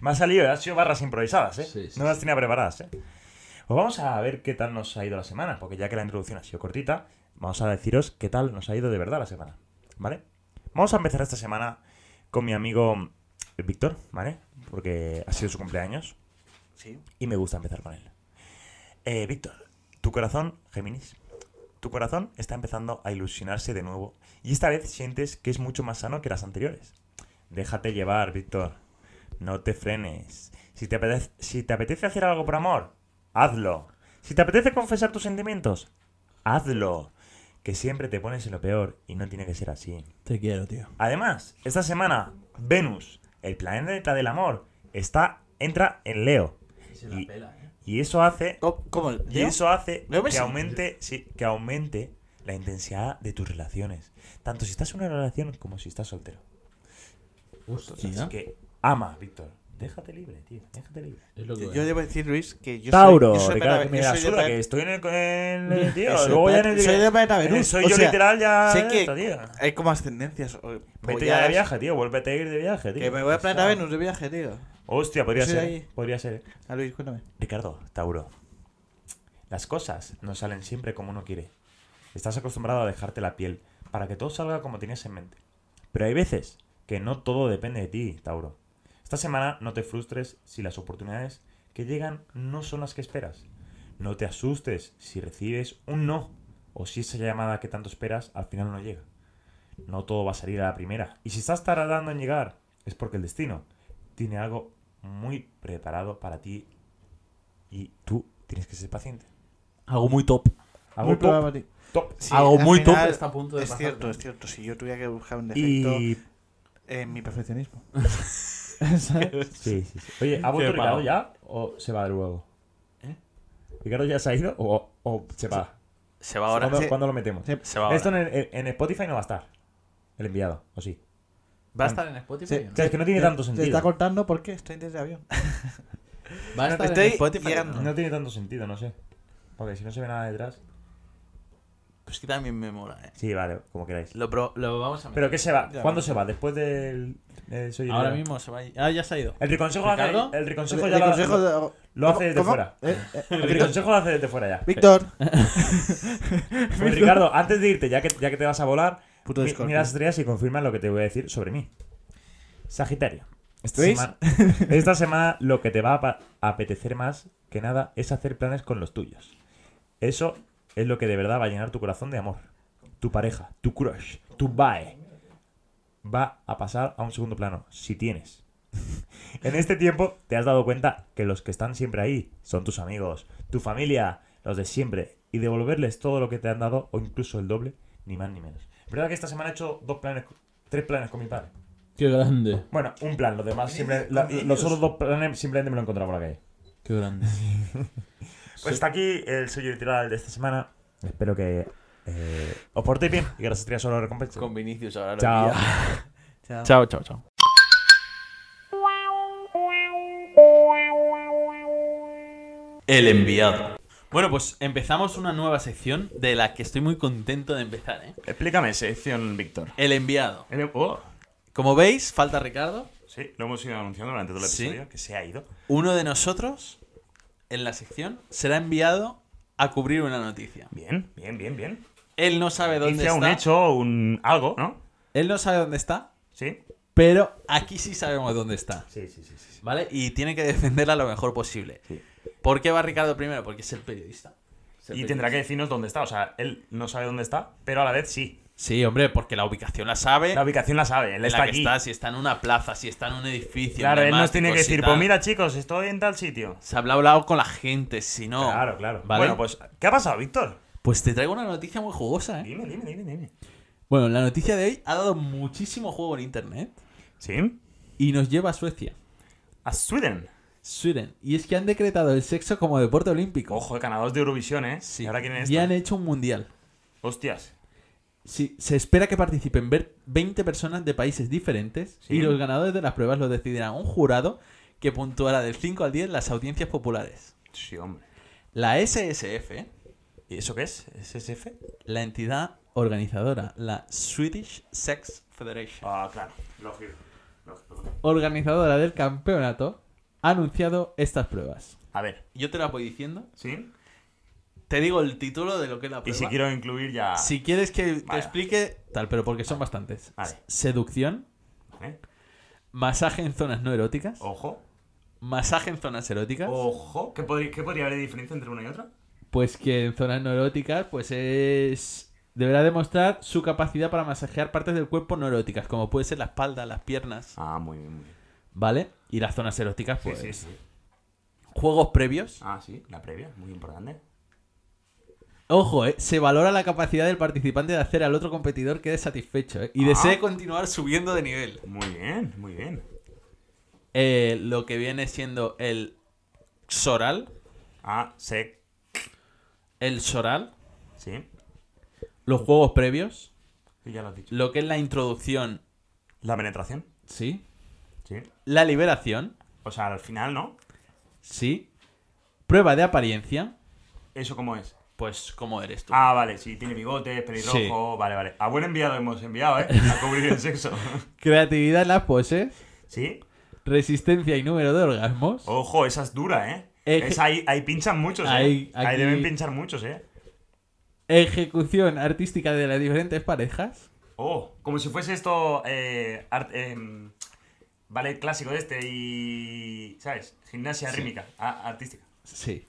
C: Me ha salido, han sido barras improvisadas, ¿eh?
A: Sí, sí,
C: no las tenía preparadas, ¿eh? Pues vamos a ver qué tal nos ha ido la semana, porque ya que la introducción ha sido cortita, vamos a deciros qué tal nos ha ido de verdad la semana, ¿vale? Vamos a empezar esta semana con mi amigo Víctor, ¿vale? Porque ha sido su cumpleaños
B: sí.
C: y me gusta empezar con él. Eh, Víctor, tu corazón, Géminis, tu corazón está empezando a ilusionarse de nuevo y esta vez sientes que es mucho más sano que las anteriores. Déjate llevar, Víctor. No te frenes. Si te, apetece, si te apetece hacer algo por amor, hazlo. Si te apetece confesar tus sentimientos, hazlo. Que siempre te pones en lo peor y no tiene que ser así.
A: Te quiero, tío.
C: Además, esta semana, Venus, el planeta del amor, está, entra en Leo.
A: Se
C: la
A: la
C: Y-
A: pela, eh.
C: Y eso hace
B: ¿Cómo? cómo?
C: y
B: ¿Yo?
C: eso hace
B: ¿Leo
C: que
B: Messi?
C: aumente, sí, que aumente la intensidad de tus relaciones. Tanto si estás en una relación como si estás soltero. Así que ama, Víctor. Déjate libre, tío. Déjate libre.
A: Es lo que
B: Yo
A: voy a-
B: debo decir, Luis, que yo
C: Tauro,
B: soy, yo soy
C: Ricardo,
B: peta-
C: que me
B: yo
C: la
B: soy de
C: suda,
B: peta-
C: que estoy en el. en el- tío,
B: yo soy
C: luego ya en
B: peta-
C: el.
B: soy de planeta
C: en el-
B: Venus.
C: soy
B: O
C: yo
B: sea,
C: literal ya.
B: sé que
C: esto, tío.
B: hay como ascendencias. o- o
C: Vete
B: ya
C: ya de
B: es-
C: viaje, tío. Vuélvete a ir de viaje, tío.
B: Que me voy a Planeta
C: Hostia.
B: Venus de viaje, tío.
C: Hostia, podría
B: Yo soy de
C: ser. eh,
B: ahí.
C: Podría ser.
B: A Luis, cuéntame.
C: Ricardo, Tauro, las cosas no salen siempre como uno quiere. Estás acostumbrado a dejarte la piel para que todo salga como tenías en mente. Pero hay veces que no todo depende de ti, Tauro. Esta semana no te frustres si las oportunidades que llegan no son las que esperas. No te asustes si recibes un no o si esa llamada que tanto esperas al final no llega. No todo va a salir a la primera. Y si estás tardando en llegar, es porque el destino tiene algo muy preparado para ti y tú tienes que ser paciente.
A: Algo muy top.
C: Algo
B: Muy
C: top,
B: probable para ti.
C: top.
B: Sí,
A: Algo
B: al
A: muy top.
B: final,
A: Está a punto de
B: Es
A: pasar,
B: cierto,
A: ¿no?
B: es cierto. Si yo tuviera que buscar un defecto
C: Y...
B: en mi perfeccionismo.
C: Sí, sí, sí. Oye, ¿ha vuelto
A: Qué
C: Ricardo
A: pavo.
C: ya o se va luego?
A: ¿Eh?
C: ¿Ricardo ya se ha ido o, o se va?
A: Se va ahora.
C: ¿Cuándo,
B: se-
C: cuándo lo metemos?
B: se-
A: se va ahora.
C: Esto en, en- en Spotify no va a estar. El enviado, ¿o sí?
A: ¿Va a estar en Spotify?
B: Sí.
A: o no?
C: O sea, es que no tiene
B: Te-
C: tanto
B: Te está
C: sentido.
B: cortando porque estoy desde avión.
A: ¿Va a estar
B: Estoy
A: en Spotify? o
B: llegando.
A: no?
C: No tiene tanto sentido, no sé. Porque si no se ve nada detrás.
A: Pues que también me mola, eh.
C: Sí, vale, como queráis.
A: Lo, pro- lo vamos a meter.
C: ¿Pero qué se va?
B: Ya,
C: ¿Cuándo
B: vale.
C: se va? ¿Después del. eh, soy
A: Ahora
C: el-
A: mismo se va a ir. Ah, ya se ha ido.
C: El reconsejo, hace-
A: ¿Ricardo?
C: el reconsejo
B: El-
C: ya
B: el
C: lo,
B: consejo de-
C: lo hace
B: ¿Cómo?
C: desde
B: ¿Cómo?
C: fuera.
B: Eh, eh,
C: El reconsejo lo hace desde fuera ya.
B: Víctor.
C: Pues, Ricardo, antes de irte, ya que, ya que te vas a volar,
B: Puto
C: mi-
B: Discord,
C: mira las
B: tío.
C: estrellas y confirma lo que te voy a decir sobre mí. Sagitario. Esta
B: ¿Veis?
C: semana, esta semana lo que te va a pa- a apetecer más que nada es hacer planes con los tuyos. Eso es lo que de verdad va a llenar tu corazón de amor. Tu pareja, tu crush, tu bae. Va a pasar a un segundo plano, si tienes. En este tiempo te has dado cuenta que los que están siempre ahí son tus amigos, tu familia, los de siempre, y devolverles todo lo que te han dado o incluso el doble, ni más ni menos. Es verdad que esta semana he hecho dos planes, tres planes con mi padre.
A: Qué grande.
C: Bueno, un plan, los demás siempre, la- los otros dos planes simplemente me lo he encontrado por la calle.
A: Qué grande.
C: Pues está aquí el sello literal de esta semana. Espero que eh, os portéis bien y que las estrellas solo recompensen.
D: Con Vinicius ahora. lo
C: Chao.
D: envía.
B: Chao.
A: Chao, chao, chao.
D: El enviado.
A: Bueno, pues empezamos una nueva sección de la que estoy muy contento de empezar, ¿eh?
E: Explícame, sección Víctor.
A: El enviado.
E: Eh, oh,
A: Como veis, falta Ricardo.
E: sí, lo hemos ido anunciando durante todo el
A: Sí.
E: episodio, que se ha ido.
A: Uno de nosotros, en la sección, será enviado a cubrir una noticia.
E: Bien, bien, bien, bien.
A: Él no sabe dónde
E: Inicia
A: está.
E: un hecho, un algo, ¿no?
A: Él no sabe dónde está,
E: Sí.
A: pero aquí sí sabemos dónde está.
C: Sí, sí, sí, sí, sí.
A: ¿Vale? Y tiene que defenderla lo mejor posible. ¿Por qué va Ricardo primero? Porque es el periodista.
E: Y tendrá que decirnos dónde está. O sea, él no sabe dónde está, pero a la vez sí.
A: Sí, hombre, porque la ubicación la sabe.
E: La ubicación la sabe, él
A: en
E: está
A: la que
E: aquí.
A: está, si está en una plaza, si está en un edificio.
E: Claro, él nos tiene que
A: neumáticos, si
E: decir,
A: tal.
E: pues mira chicos, estoy en tal sitio.
A: Se habla hablado con la gente, si no.
C: Claro, claro.
A: Vale.
E: Bueno, pues, ¿qué ha pasado, Víctor?
A: Pues te traigo una noticia muy jugosa, ¿eh?
E: Dime, dime, dime, dime.
A: Bueno, la noticia de hoy ha dado muchísimo juego en internet
E: ¿Sí?
A: y nos lleva a Suecia.
E: A Sweden.
A: Sweden. Y es que han decretado el sexo como deporte olímpico.
E: Ojo, ganadores de Eurovisión, ¿eh?
A: Sí.
E: ¿Y ahora quién es
A: Y han hecho un mundial.
E: Hostias.
A: Sí, se espera que participen ver- 20 personas de países diferentes
E: Sí.
A: y los ganadores de las pruebas los decidirá un jurado que puntuará del 5 al 10 las audiencias populares.
E: Sí, hombre.
A: La SSF,
E: ¿Y eso qué es? ¿SSF?
A: la entidad organizadora, la Swedish Sex Federation,
E: Ah, claro. Lógico. Lógico.
A: organizadora del campeonato, ha anunciado estas pruebas.
E: A ver,
A: Yo te las voy diciendo.
E: ¿sí?
A: Te digo el título de lo que es la
E: Y
A: prueba.
E: si quiero incluir ya...
A: Si quieres que te
E: Vale.
A: explique, tal, pero porque son bastantes.
E: Vale.
A: Seducción,
E: ¿eh?
A: masaje en zonas no eróticas,
E: Ojo.
A: masaje en zonas eróticas.
E: Ojo. ¿Qué podría, ¿Qué podría haber de diferencia entre una y otra?
A: Pues que en zonas no eróticas, pues es. Deberá demostrar su capacidad para masajear partes del cuerpo no eróticas, como puede ser la espalda, las piernas,
E: Ah, muy bien, muy bien.
A: ¿vale? Y las zonas eróticas,
E: Sí,
A: pues.
E: sí, sí.
A: Juegos previos.
E: Ah, sí, la previa, muy importante.
A: Ojo, eh, se valora la capacidad del participante de hacer al otro competidor quede satisfecho eh, y
E: Ah.
A: desee continuar subiendo de nivel.
E: Muy bien, muy bien.
A: Eh, lo que viene siendo el soral,
E: Ah, sec,
A: el soral,
E: sí.
A: los juegos previos,
E: Sí, ya lo has dicho.
A: lo que es la introducción,
E: La penetración,
A: ¿sí?
E: sí.
A: La liberación,
E: O sea, al final, ¿no?
A: ¿sí? Prueba de apariencia,
E: ¿Eso cómo es?
A: pues cómo eres tú.
E: Ah, vale, sí, tiene bigotes, pelirrojo,
A: Sí.
E: vale, vale. A buen enviado hemos enviado, ¿eh? A cubrir el sexo.
A: Creatividad en las poses,
E: ¿Sí?
A: resistencia y número de orgasmos,
E: Ojo, esa es dura, ¿eh?
A: Eh,
E: Esa ahí, ahí pinchan muchos, ¿eh?
A: ahí-
E: Ahí
A: aquí-
E: deben pinchar muchos, ¿eh?
A: ejecución artística de las diferentes parejas,
E: Oh, como si fuese esto eh, art- em, ballet clásico de este y, ¿sabes? Gimnasia rítmica, a- artística.
A: sí.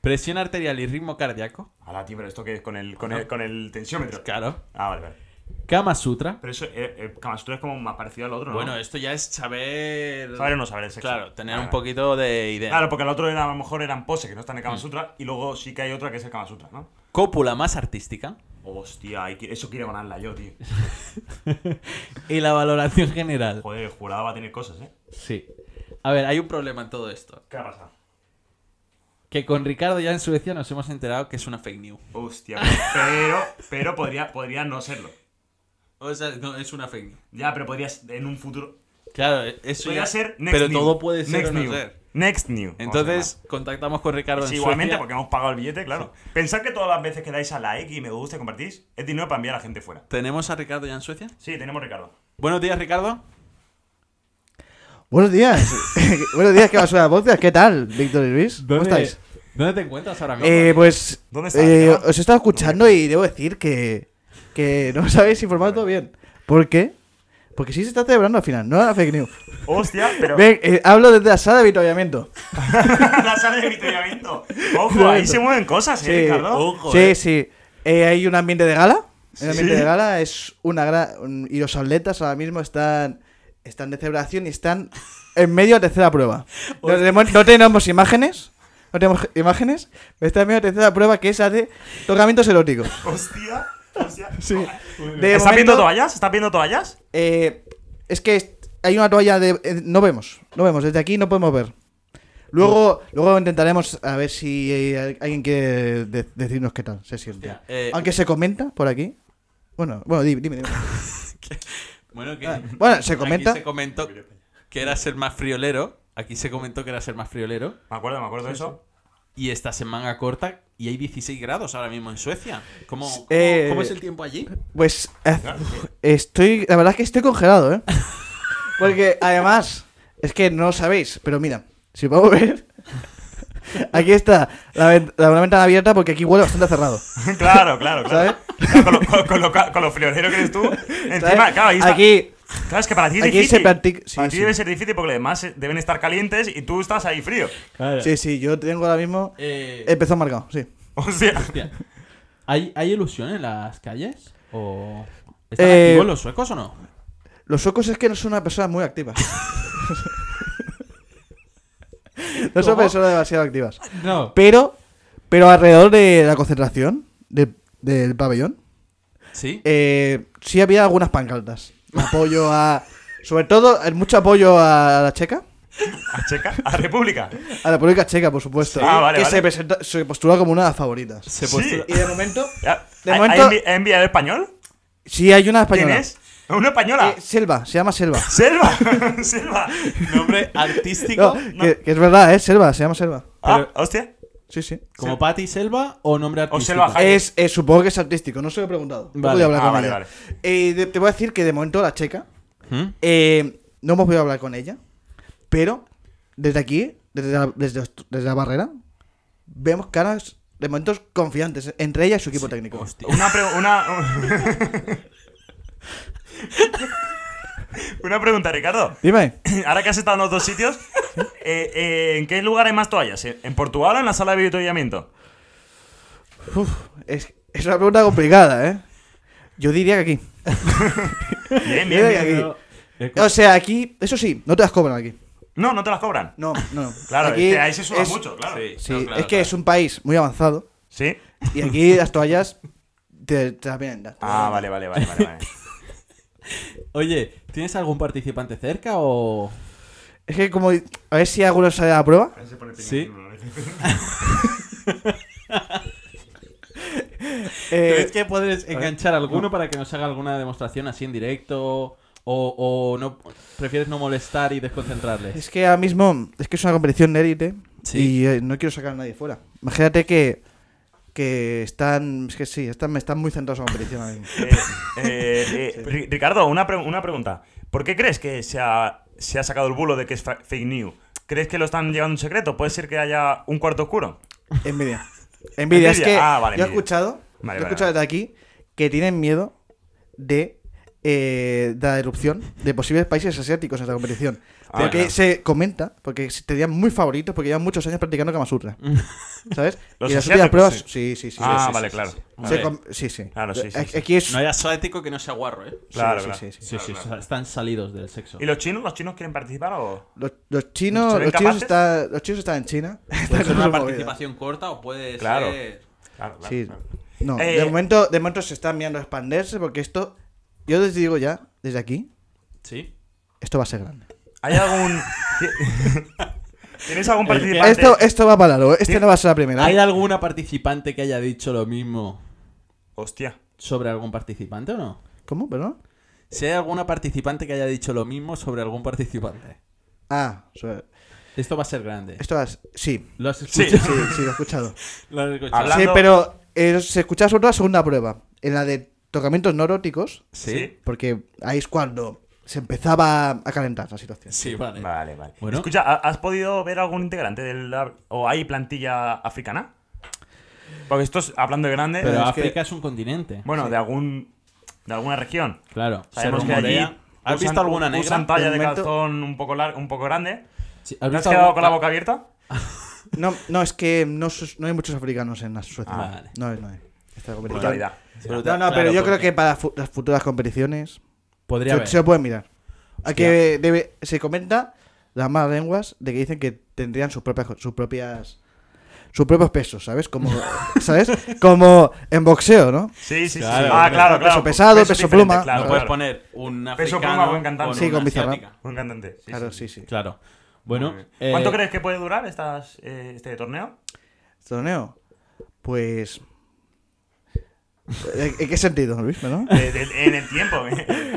A: Presión arterial y ritmo cardíaco, pues,
E: Ahora, tío, pero esto que es con el, con el, con el tensiómetro.
A: claro.
E: Ah, vale, vale.
A: Kama Sutra.
E: Pero eso, eh, eh, Kama Sutra es como más parecido al otro, ¿no?
A: Bueno, esto ya es saber...
E: Saber o no saber el sexo. Ah,
A: Claro, tener
E: Vale,
A: un
E: vale.
A: poquito de idea.
E: Claro, porque el otro era, a lo mejor eran poses que no están en
A: Mm.
E: Kama Sutra y luego sí que hay otra que es el Kama Sutra, ¿no?
A: Cópula más artística.
E: Hostia, hay que- eso quiero ganarla yo, tío.
A: Y la valoración general.
E: Joder, el jurado va a tener cosas, ¿eh?
A: Sí. A ver, hay un problema en todo esto.
E: ¿Qué ha pasado?
A: Que con Ricardo ya en Suecia nos hemos enterado que es una fake news.
C: Hostia, pero, pero podría, podría no serlo.
A: O sea, no, es una fake news.
C: Ya, pero podrías en un futuro.
A: Claro, e-, eso
C: Podría
A: ya...
C: ser next
A: Pero
C: new.
A: todo puede ser
C: next
A: o no
C: new.
A: ser.
C: Next new.
A: Entonces, contactamos con Ricardo
C: Sí,
A: en
C: igualmente,
A: Suecia.
C: porque hemos pagado el billete, claro. Pensad que todas las veces que dais a like y me gusta y compartís, es dinero para enviar a la gente fuera.
A: ¿Tenemos a Ricardo ya en Suecia?
C: Sí, tenemos Ricardo.
A: Buenos días, Ricardo.
B: Buenos días. Buenos días, ¿qué basura de podcast? ¿Qué tal, Víctor y Luis? ¿Cómo estáis?
A: ¿Dónde te encuentras ahora mismo?
B: Eh, pues
C: ¿Dónde está?
B: eh,
C: Ya.
B: os he estado escuchando y debo decir que, que no os habéis informado todo bien. ¿Por qué? Porque sí se está celebrando al final, no era fake news.
C: Hostia, pero.
B: Ven, eh, hablo desde la sala de avituallamiento.
C: la sala de avituallamiento. Ojo, ahí se mueven cosas,
B: Sí. uh,
C: eh, Ricardo.
A: Ojo,
B: sí,
A: eh.
B: sí. Eh, hay un ambiente de gala. El ambiente de gala es una gran... Y los atletas ahora mismo están, están de celebración y están en medio de tercera prueba. No tenemos, no tenemos imágenes. No tenemos imágenes. pero Está en medio de tercera prueba que es la de tocamientos eróticos.
C: Hostia, hostia.
B: Sí. De
C: ¿Estás viendo
B: momento,
C: toallas? ¿Estás viendo toallas?
B: eh, es que est- hay una toalla de... eh, no vemos. No vemos. Desde aquí no podemos ver. Luego, luego intentaremos a ver si eh, alguien quiere de- decirnos qué tal se siente.
A: Ya, eh,
B: Aunque se comenta por aquí. Bueno, bueno, di- dime, dime.
A: Bueno, que-
B: pues- Ah, bueno, se comenta.
A: Aquí se comentó que eras el más friolero. Aquí se comentó que eras el más friolero.
C: Me acuerdo, me acuerdo de eso.
A: Y estás en manga corta y hay 16 grados ahora mismo en Suecia. ¿Cómo, cómo-
B: Eh,
A: cómo es el tiempo allí?
B: Pues eh, estoy, la verdad es que estoy congelado, ¿eh? Porque además, es que no lo sabéis, pero mira, si puedo ver, aquí está la, ven- la- una ventana abierta porque aquí huele bastante cerrado.
C: claro, claro,
B: ¿Sabes?
C: claro. Con lo, con, con lo, con lo friolero que eres tú. Encima,
B: ¿Sabes?
C: claro, ahí está.
B: aquí,
C: Claro, es que para ti es
B: Aquí
C: difícil.
B: se practica- sí,
C: para ti
B: sí.
C: debe ser difícil porque además eh, deben estar calientes y tú estás ahí frío.
B: sí, sí, yo tengo ahora mismo
A: Eh,
B: el pezón marcado, sí.
C: O sea,
A: hostia. ¿Hay, ¿Hay ilusión en las calles? ¿O están
B: Eh,
A: activos los suecos o no?
B: Los suecos es que no son una persona muy activa. no son
A: ¿Cómo?
B: personas demasiado activas.
A: No.
B: Pero, pero alrededor de la concentración de- del pabellón,
A: ¿Sí?
B: eh, sí había algunas pancartas. Apoyo a. Sobre todo, eh, mucho apoyo a la checa.
C: a Checa, a República.
B: A la República Checa, por supuesto.
C: Ah, vale,
B: que
C: vale.
B: Se, presenta- se postula como una de las favoritas.
A: Se
C: sí.
A: postula-
B: Y de momento,
C: Ya.
B: De
C: ¿Hay-
B: momento-
C: ¿Hay envi- hay enviado español?
B: sí hay una española.
C: ¿Quién es? ¿Una española?
B: Eh, Selva, se llama Selva.
C: Selva, Selva.
A: Nombre artístico.
B: No, Que, que es verdad, es Selva, se llama Selva.
C: Ah, hostia.
B: Sí, sí.
A: ¿Como Patty Selva o nombre artístico?
C: Selva Hayek.
B: Es, es- supongo que es artístico, no se lo he preguntado. No
A: Vale.
B: podía hablar
C: Ah,
B: con
C: vale,
B: ella.
C: vale.
B: Eh, de- te voy a decir que de momento la checa,
A: ¿Mm?
B: eh, no hemos podido hablar con ella, pero desde aquí, desde la, desde, desde la barrera, vemos caras de momentos confiantes entre ella y su equipo técnico.
A: Hostia.
C: Una, pre- una... una pregunta, Ricardo.
B: Dime,
C: Ahora que has estado en los dos sitios, eh, eh, ¿en qué lugar hay más toallas? ¿En en Portugal o en la sala de avituallamiento?
B: es, es una pregunta complicada, ¿eh? Yo diría que aquí.
C: Bien,
B: Yo
C: bien,
B: diría que
C: bien.
B: aquí. O sea, aquí, eso sí, no te las cobran aquí.
C: No, no te las cobran.
B: No, no, no.
C: Claro,
B: Aquí
C: es que ahí se suda
B: es-
C: mucho, claro. Sí.
B: Sí, es que es un país muy avanzado y aquí las toallas te, te las vienen. te las
C: Ah,
B: vienen.
C: vale, vale, vale, vale. vale.
A: Oye, ¿tienes algún participante cerca o...?
B: Es que como... A ver si alguno sale a la prueba.
A: Sí.
B: Eh,
A: ¿Crees que puedes enganchar a alguno para que nos haga alguna demostración así en directo? ¿O, o no prefieres no molestar y desconcentrarles?
B: Es que ahora mismo es que es una competición de élite
A: Sí.
B: y eh, no quiero sacar a nadie fuera. Imagínate que, que están, es que sí, están, están muy centrados en la competición ahora mismo.
C: Eh, eh, eh, Ri- Ricardo, una, pre- una pregunta. ¿Por qué crees que se ha, se ha sacado el bulo de que es fa- fake news? ¿Crees que lo están llevando en secreto? ¿Puede ser que haya un cuarto oscuro?
B: Envidia. Envidia, es
C: Envidia.
B: que
C: Ah, vale,
B: yo he
C: envidia.
B: escuchado,
C: Vale,
B: yo he
C: vale,
B: escuchado
C: vale.
B: desde aquí que tienen miedo de, eh, de la erupción de posibles países asiáticos en esta competición.
C: Ah,
B: porque
C: claro.
B: se comenta, porque se tenían muy favoritos, porque llevan muchos años practicando Kama Sutra. ¿Sabes?
C: Los
B: y las últimas
C: asiáticos,
B: pruebas. Sí,
C: sí.
B: sí, sí.
C: ah,
B: sí, sí,
C: vale,
B: sí,
C: claro.
B: sí.
C: Vale.
B: Se com- Sí, sí.
C: Claro, sí, sí,
B: Aquí-
C: sí.
B: Aquí es.
A: No hay asiático que no sea guarro, ¿eh?
C: Claro,
B: sí,
C: claro.
B: sí, sí, sí.
A: Sí, sí, o sea, están salidos del sexo.
C: ¿Y los chinos? ¿Los chinos quieren participar o...?
B: Los, los chinos,
C: ¿Se ven
B: los chinos,
C: capaces?
B: está- los chinos están en China. Están
A: Puede ser
B: con
A: una
B: su movida.
A: participación corta o puede
C: Claro.
A: ser...
C: Claro, claro,
B: Sí.
C: claro.
B: No,
C: Eh,
B: de, momento, de momento se están mirando a expandirse porque esto, yo les digo ya, desde aquí,
A: ¿Sí?
B: esto va a ser grande.
C: ¿Hay algún...? ¿Tienes algún participante?
B: Eh, Esto, esto va para largo, este no va a ser la primera.
A: ¿Hay alguna participante que haya dicho lo mismo
C: Hostia.
A: sobre algún participante o no?
B: ¿Cómo? ¿Perdón?
A: Si hay alguna participante que haya dicho lo mismo sobre algún participante.
B: Ah, sobre-
A: Esto va a ser grande.
B: esto es. Sí,
A: ¿Lo has
C: Sí.
A: escuchado?
B: sí, sí, lo he escuchado.
A: Lo has escuchado.
C: Habla-
B: Sí,
C: Hablando-
B: pero eh, se escuchaba sobre todo la segunda prueba, en la de tocamientos no eróticos,
A: ¿Sí?
B: porque ahí es cuando se empezaba a calentar la situación.
A: Sí, vale.
C: Vale, vale.
A: Eh, Bueno.
C: Escucha, ¿ha- ¿has podido ver algún integrante del. o hay plantilla africana? Porque esto es hablando de grande.
A: Pero
B: es
A: África
B: que-
A: es un continente.
C: bueno, de algún. de alguna región.
A: Claro. se
C: Sabemos que allí.
A: rumorea. ¿Has
C: usan-
A: visto alguna negra?
C: Usan talla
B: De
C: de
B: momento-
C: calzón un poco, lar- un poco grande.
A: Sí, ¿has
C: ¿Te has
A: visto
C: quedado
A: algún-
C: con la boca abierta?
B: No, no, es que no, sus- no hay muchos africanos en la Suecia.
A: Ah, vale.
B: No hay, no hay. Está complicado.
C: Brutalidad.
A: Pero te-
B: No, no,
A: claro,
B: pero yo creo
A: porque
B: que para fu- las futuras competiciones
A: Podría
B: se,
A: haber.
B: se lo pueden mirar. A que debe- se comenta las malas lenguas de que dicen que tendrían sus propias sus propias sus propios pesos, ¿sabes? Como ¿sabes? Como en boxeo, ¿no?
C: Sí, sí,
A: Claro,
C: sí. Ah,
A: claro.
C: claro, claro.
B: Peso pesado, peso
C: diferente,
B: pluma.
C: Claro,
A: no
C: claro.
A: puedes poner un
C: Peso
A: africano
C: pluma, buen cantante.
B: Sí,
A: una
B: con Bizarrap.
A: asiática.
C: Un cantante. sí,
B: claro,
C: sí.
B: sí, sí.
A: Claro. Bueno, eh,
C: ¿Cuánto crees que puede durar estas, eh, este torneo?
B: Torneo. Pues ¿En en qué sentido, Luis? ¿No?
C: De- de- en el tiempo.
B: Eh,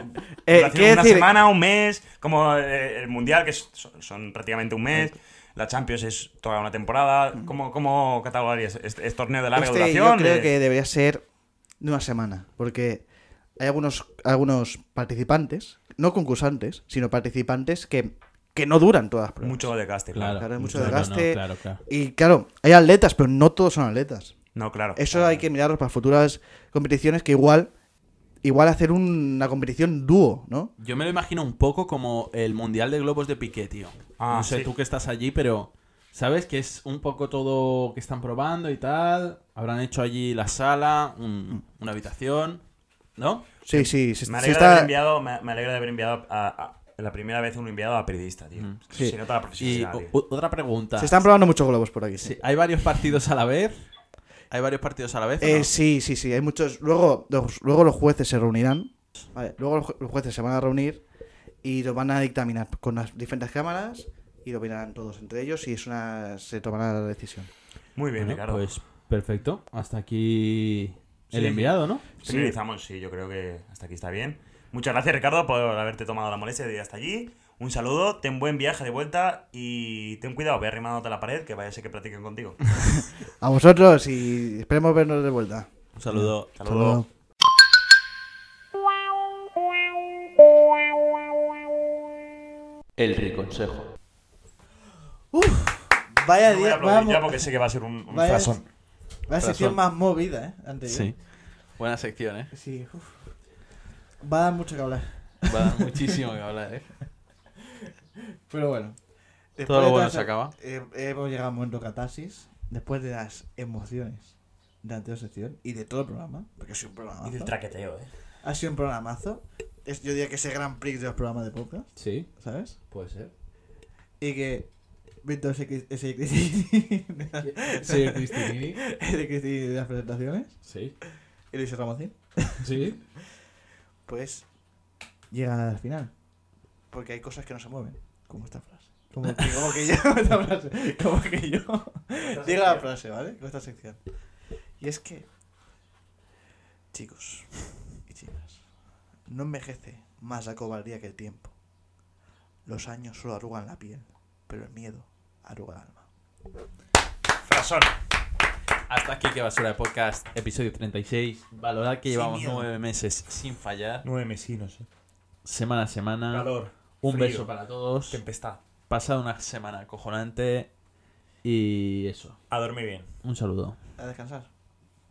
C: Duración
B: quiero
C: una
B: decir-
C: semana, un mes, como eh, el Mundial, que es- son, son prácticamente un mes. La Champions es toda una temporada. ¿Cómo, cómo catalogarías? ¿Es, es torneo de larga
B: Este yo
C: duración?
B: creo
C: Eh,
B: que debería ser de una semana, porque hay algunos, algunos participantes, no concursantes, sino participantes que, que no duran todas las pruebas.
C: Mucho desgaste,
A: Claro,
C: claro.
B: Claro, hay mucho
A: No, no, no,
B: desgaste.
A: claro, claro.
B: Y claro, hay atletas, pero no todos son atletas.
C: No, claro.
B: Eso hay que mirarlo para futuras competiciones que igual, igual hacer una competición dúo, ¿no?
A: Yo me lo imagino un poco como el Mundial de Globos de Piqué, tío.
C: Ah,
A: no sé
C: sí.
A: tú que estás allí, pero sabes que es un poco todo que están probando y tal. Habrán hecho allí la sala, un- una habitación, ¿no?
B: Sí, sí, se,
C: Me
B: se
C: alegra, de,
B: está...
C: haber enviado, me, me alegra de haber enviado a, a- la primera vez un enviado a periodista, tío.
B: Sí. uh,
C: Se nota la
A: Y
C: profesionalidad. tío.
A: o- otra pregunta.
B: se están probando muchos globos por aquí.
A: Sí, ¿Hay varios partidos a la vez? ¿Hay varios partidos a la vez? o
B: Eh,
A: no?
B: Sí, sí, sí. Hay muchos. Luego los, luego los jueces se reunirán. Vale, luego los ju- los jueces se van a reunir y lo van a dictaminar con las diferentes cámaras y lo opinarán todos entre ellos y es una se tomará la decisión.
C: Muy bien,
A: Bueno,
C: Ricardo.
A: pues perfecto. Hasta aquí el
C: Sí.
A: enviado, ¿no?
C: Finalizamos, sí, yo creo que hasta aquí está bien. Muchas gracias, Ricardo, por haberte tomado la molestia de ir hasta allí. Un saludo, ten buen viaje de vuelta y ten cuidado, ve arrimándote a la pared que vaya a ser que platiquen contigo.
B: A vosotros y esperemos vernos de vuelta.
A: Un saludo.
C: Saludo.
F: El Riconsejo.
B: Vaya
C: No voy a aplaudir ya porque sé que va a ser un, un
B: Vaya-
C: frasón.
B: Vaya
A: sección
B: más movida, ¿eh? Antes
A: Sí. Buena sección, ¿eh?
B: sí Va a dar mucho que hablar.
A: Va a dar muchísimo que hablar, ¿eh?
B: Pero bueno.
A: Todo lo bueno se acaba.
B: hemos llegado al momento catarsis. Después de las emociones de la anterior sección y de todo el programa, porque ha sido un
C: Y del
B: programazo.
C: traqueteo, eh.
B: Ha sido un programazo. Es, yo diría que es el gran prix de los programas de podcast,
A: Sí,
B: ¿sabes?
A: puede ser.
B: Y que Víctor se cri- se critica de la-
A: Sí, Cristinini.
B: se critica de las presentaciones
A: Sí.
B: y Luis Ramocín,
A: Sí.
B: pues llega al final. Porque hay cosas que no se mueven, como esta frase. Como que, como que yo, esta frase, como que yo diga la frase, ¿vale? Con esta sección. Y es que, chicos y chicas, no envejece más la cobardía que el tiempo. Los años solo arrugan la piel, pero el miedo arruga el alma.
C: Frasón.
A: Hasta aquí que basura de podcast, episodio 36. Valorad que llevamos
B: miedo.
A: nueve meses sin fallar,
C: Nueve mesinos, eh.
A: semana a semana.
C: Calor.
A: Un
C: frío,
A: beso para todos.
C: Tempestad.
A: Pasad una semana cojonante. Y eso.
C: A dormir bien.
A: Un saludo.
B: A descansar.